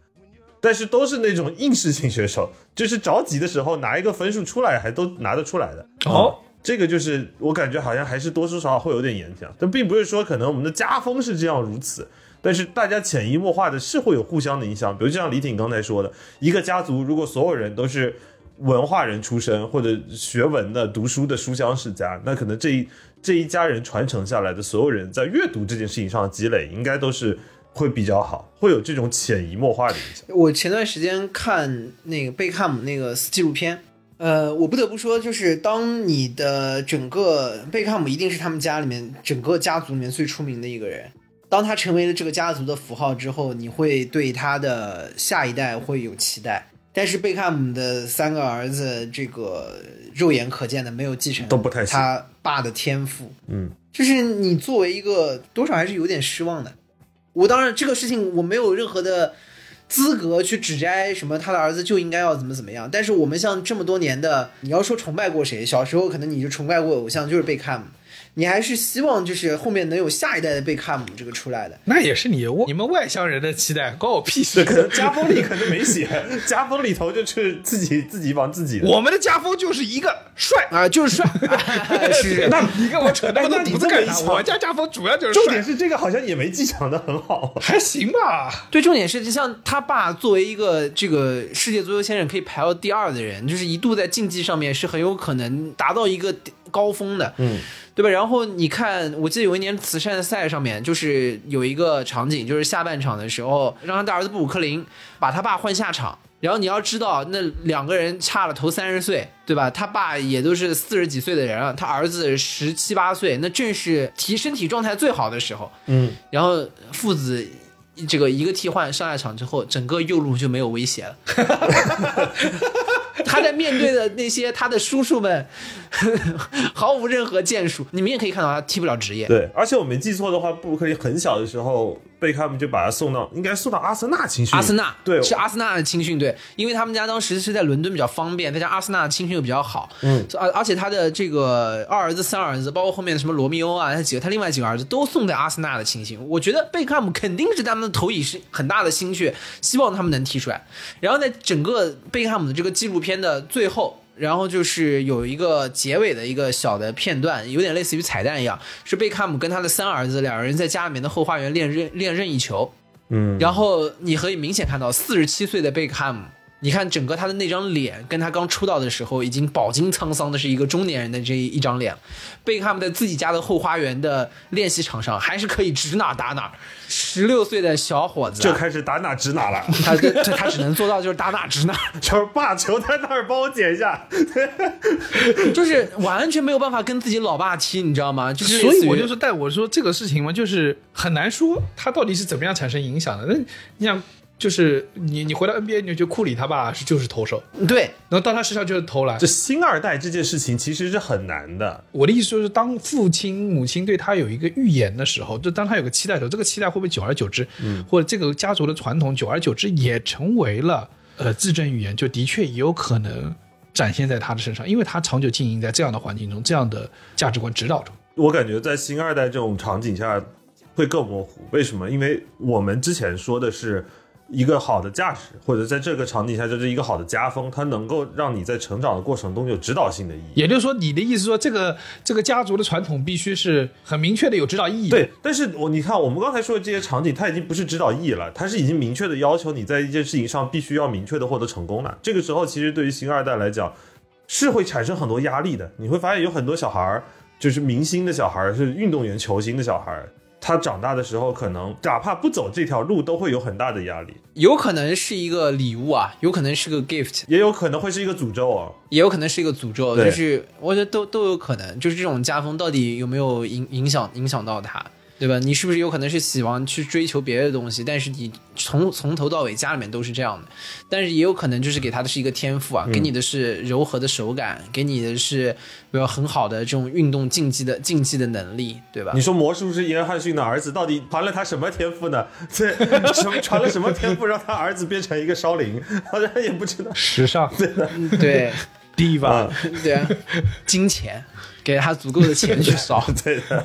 Speaker 5: 但是都是那种应试型选手，就是着急的时候拿一个分数出来，还都拿得出来的。
Speaker 3: 哦
Speaker 5: 嗯，这个就是我感觉好像还是多多少少会有点影响，但并不是说可能我们的家风是这样如此，但是大家潜移默化的是会有互相的影响。比如就像李挺刚才说的，一个家族如果所有人都是文化人出身或者学文的、读书的书香世家，那可能这一这一家人传承下来的所有人在阅读这件事情上的积累，应该都是会比较好，会有这种潜移默化的影
Speaker 3: <laughs>
Speaker 5: 响。
Speaker 6: 我前段时间看那个贝克汉姆那个纪录片，呃，我不得不说，就是当你的整个贝克汉姆一定是他们家里面整个家族里面最出名的一个人，当他成为了这个家族的符号之后，你会对他的下一代会有期待。但是贝克汉姆的三个儿子，这个肉眼可见的没有继承
Speaker 5: 都不太行
Speaker 6: 他爸的天赋，
Speaker 5: 嗯，
Speaker 6: 就是你作为一个多少还是有点失望的。我当然这个事情我没有任何的资格去指摘什么他的儿子就应该要怎么怎么样，但是我们像这么多年的，你要说崇拜过谁，小时候可能你就崇拜过偶像就是贝克汉姆，你还是希望就是后面能有下一代的贝克汉姆这个出来的。
Speaker 3: 那也是你你们外乡人的期待，关我屁
Speaker 5: 这可能
Speaker 3: 事。
Speaker 5: 家风里可能没写，家风里头就是自己自己往自己的。
Speaker 3: 我们的家风就是一个帅啊，就是 <laughs> 帅。哎
Speaker 6: 是
Speaker 3: 那你跟我扯那么多
Speaker 5: 哎那你
Speaker 3: 犊子干
Speaker 5: 这么一
Speaker 3: 啥？
Speaker 5: 想
Speaker 3: 我家家风主要就是
Speaker 5: 重
Speaker 3: 帅
Speaker 5: 点，是这个好像也没继承的很好，
Speaker 3: 还行吧？
Speaker 4: 对，重点是，就像他爸作为一个这个世界足球先生可以排到第二的人，就是一度在竞技上面是很有可能达到一个高峰的，嗯，对吧？然后你看，我记得有一年慈善赛上面，就是有一个场景，就是下半场的时候，让他大儿子布鲁克林把他爸换下场。然后你要知道，那两个人差了头三十岁，对吧？他爸也都是四十几岁的人啊了，他儿子十七八岁，那正是提身体状态最好的时候。然后父子这个一个替换上下场之后，整个右路就没有威胁了。他在面对的那些他的叔叔们，毫无任何建树。你们也可以看到他踢不了职业，
Speaker 5: 对，而且我没记错的话，布鲁克林很小的时候，贝克汉姆就把他送到，应该送到阿森纳青训。
Speaker 4: 阿森纳
Speaker 5: 对，
Speaker 4: 是阿啊森纳的青训队，因为他们家当时是在伦敦比较方便，再加上阿森纳的青训又比较好，嗯，而而且他的这个二儿子、三儿子，包括后面的什么罗密欧啊，他几个他另外几个儿子都送在阿森纳的青训。我觉得贝克汉姆肯定是他们的投以是很大的心血，希望他们能踢出来。然后在整个贝克汉姆的这个纪录片的最后。然后就是有一个结尾的一个小的片段，有点类似于彩蛋一样，是贝克汉姆跟他的三儿子两人在家里面的后花园练任练任意球，
Speaker 3: 嗯
Speaker 5: 嗯
Speaker 4: 然后你可以明显看到，四十七岁的贝克汉姆，你看整个他的那张脸，跟他刚出道的时候已经饱经沧桑的是一个中年人的这一张脸。贝克汉姆在自己家的后花园的练习场上，还是可以指哪打哪。十六岁的小伙子
Speaker 5: 就
Speaker 4: 啊、
Speaker 5: 开始打哪指哪
Speaker 4: <laughs>
Speaker 5: 了，
Speaker 4: 他他他只能做到就是打哪指哪，
Speaker 3: <laughs>
Speaker 5: 就是爸球在那儿，帮我捡一下。
Speaker 4: 就是完全没有办法跟自己老爸踢，你知道吗？就是
Speaker 3: 所以我
Speaker 4: 类似于
Speaker 3: 就说，但我说这个事情嘛，就是很难说它到底是怎么样产生影响的。那你想，就是你你回到 NBA，你就觉得库里他爸是就是投手，
Speaker 4: 对，
Speaker 3: 然后到他身上就是投篮
Speaker 5: 这。星二代这件事情其实是很难的，
Speaker 3: 我的意思就是，当父亲、母亲对他有一个预言的时候，就当他有个期待的时候，这个期待会不会久而久之，
Speaker 4: 嗯
Speaker 3: 或者这个家族的传统，久而久之也成为了呃自证预言，就的确也有可能展现在他的身上，因为他长久经营在这样的环境中，这样的价值观指导中。
Speaker 5: 我感觉在星二代这种场景下会更模糊。为什么？因为我们之前说的是一个好的价值，或者在这个场景下就是一个好的家风，它能够让你在成长的过程中有指导性的意义。
Speaker 3: 也就是说，你的意思说，这个这个家族的传统必须是很明确的有指导意义。，
Speaker 5: 对，但是我你看，我们刚才说的这些场景，它已经不是指导意义了，它是已经明确的要求你在一件事情上必须要明确的获得成功了。这个时候，其实对于星二代来讲，是会产生很多压力的。你会发现有很多小孩儿，就是明星的小孩儿，是运动员、球星的小孩儿，他长大的时候可能哪怕不走这条路，都会有很大的压力，
Speaker 4: 有可能是一个礼物啊，有可能是个 gift，
Speaker 5: 也有可能会是一个诅咒啊。
Speaker 4: 也有可能是一个诅咒，
Speaker 5: 对
Speaker 4: 就是我觉得都都有可能，就是这种家风到底有没有影影响影响到他？对吧？你是不是有可能是喜欢去追求别的东西，但是你从从头到尾家里面都是这样的，但是也有可能就是给他的是一个天赋
Speaker 5: 嗯
Speaker 4: 啊，给你的是柔和的手感，给你的是比如很好的这种运动竞技的竞技的能力，对吧
Speaker 5: 你？说魔术师约翰逊的儿子到底传了他什么天赋呢？ <laughs> 这什么传了什么天赋让他儿子变成一个烧灵？ <laughs> 好像也不知道。
Speaker 3: 时尚
Speaker 4: 对 <laughs>
Speaker 3: diva，
Speaker 4: 对啊，金钱，给他足够的钱
Speaker 5: <laughs>
Speaker 4: 去烧。
Speaker 5: 对的，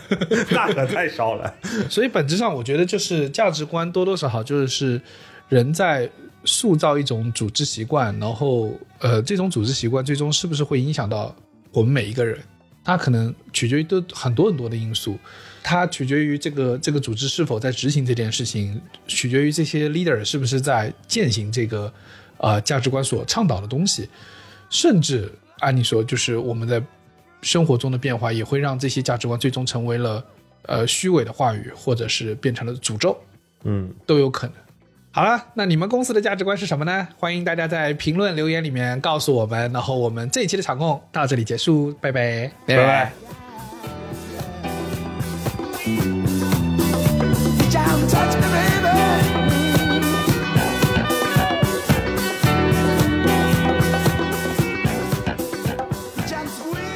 Speaker 5: 那可太烧了。
Speaker 3: 所以本质上，我觉得就是价值观多多少少就是人在塑造一种组织习惯，然后呃，这种组织习惯最终是不是会影响到我们每一个人？它可能取决于都很多很多的因素，它取决于这个这个组织是否在执行这件事情，取决于这些 leader 是不是在践行这个呃价值观所倡导的东西，甚至按你说，就是我们在生活中的变化也会让这些价值观最终成为了呃虚伪的话语，或者是变成了诅咒，
Speaker 5: 嗯，
Speaker 3: 都有可能。好了，那你们公司的价值观是什么呢？欢迎大家在评论留言里面告诉我们。然后我们这一期的场控到这里结束，拜拜，拜
Speaker 4: 拜。
Speaker 7: Down, touch me, baby. Just squeeze.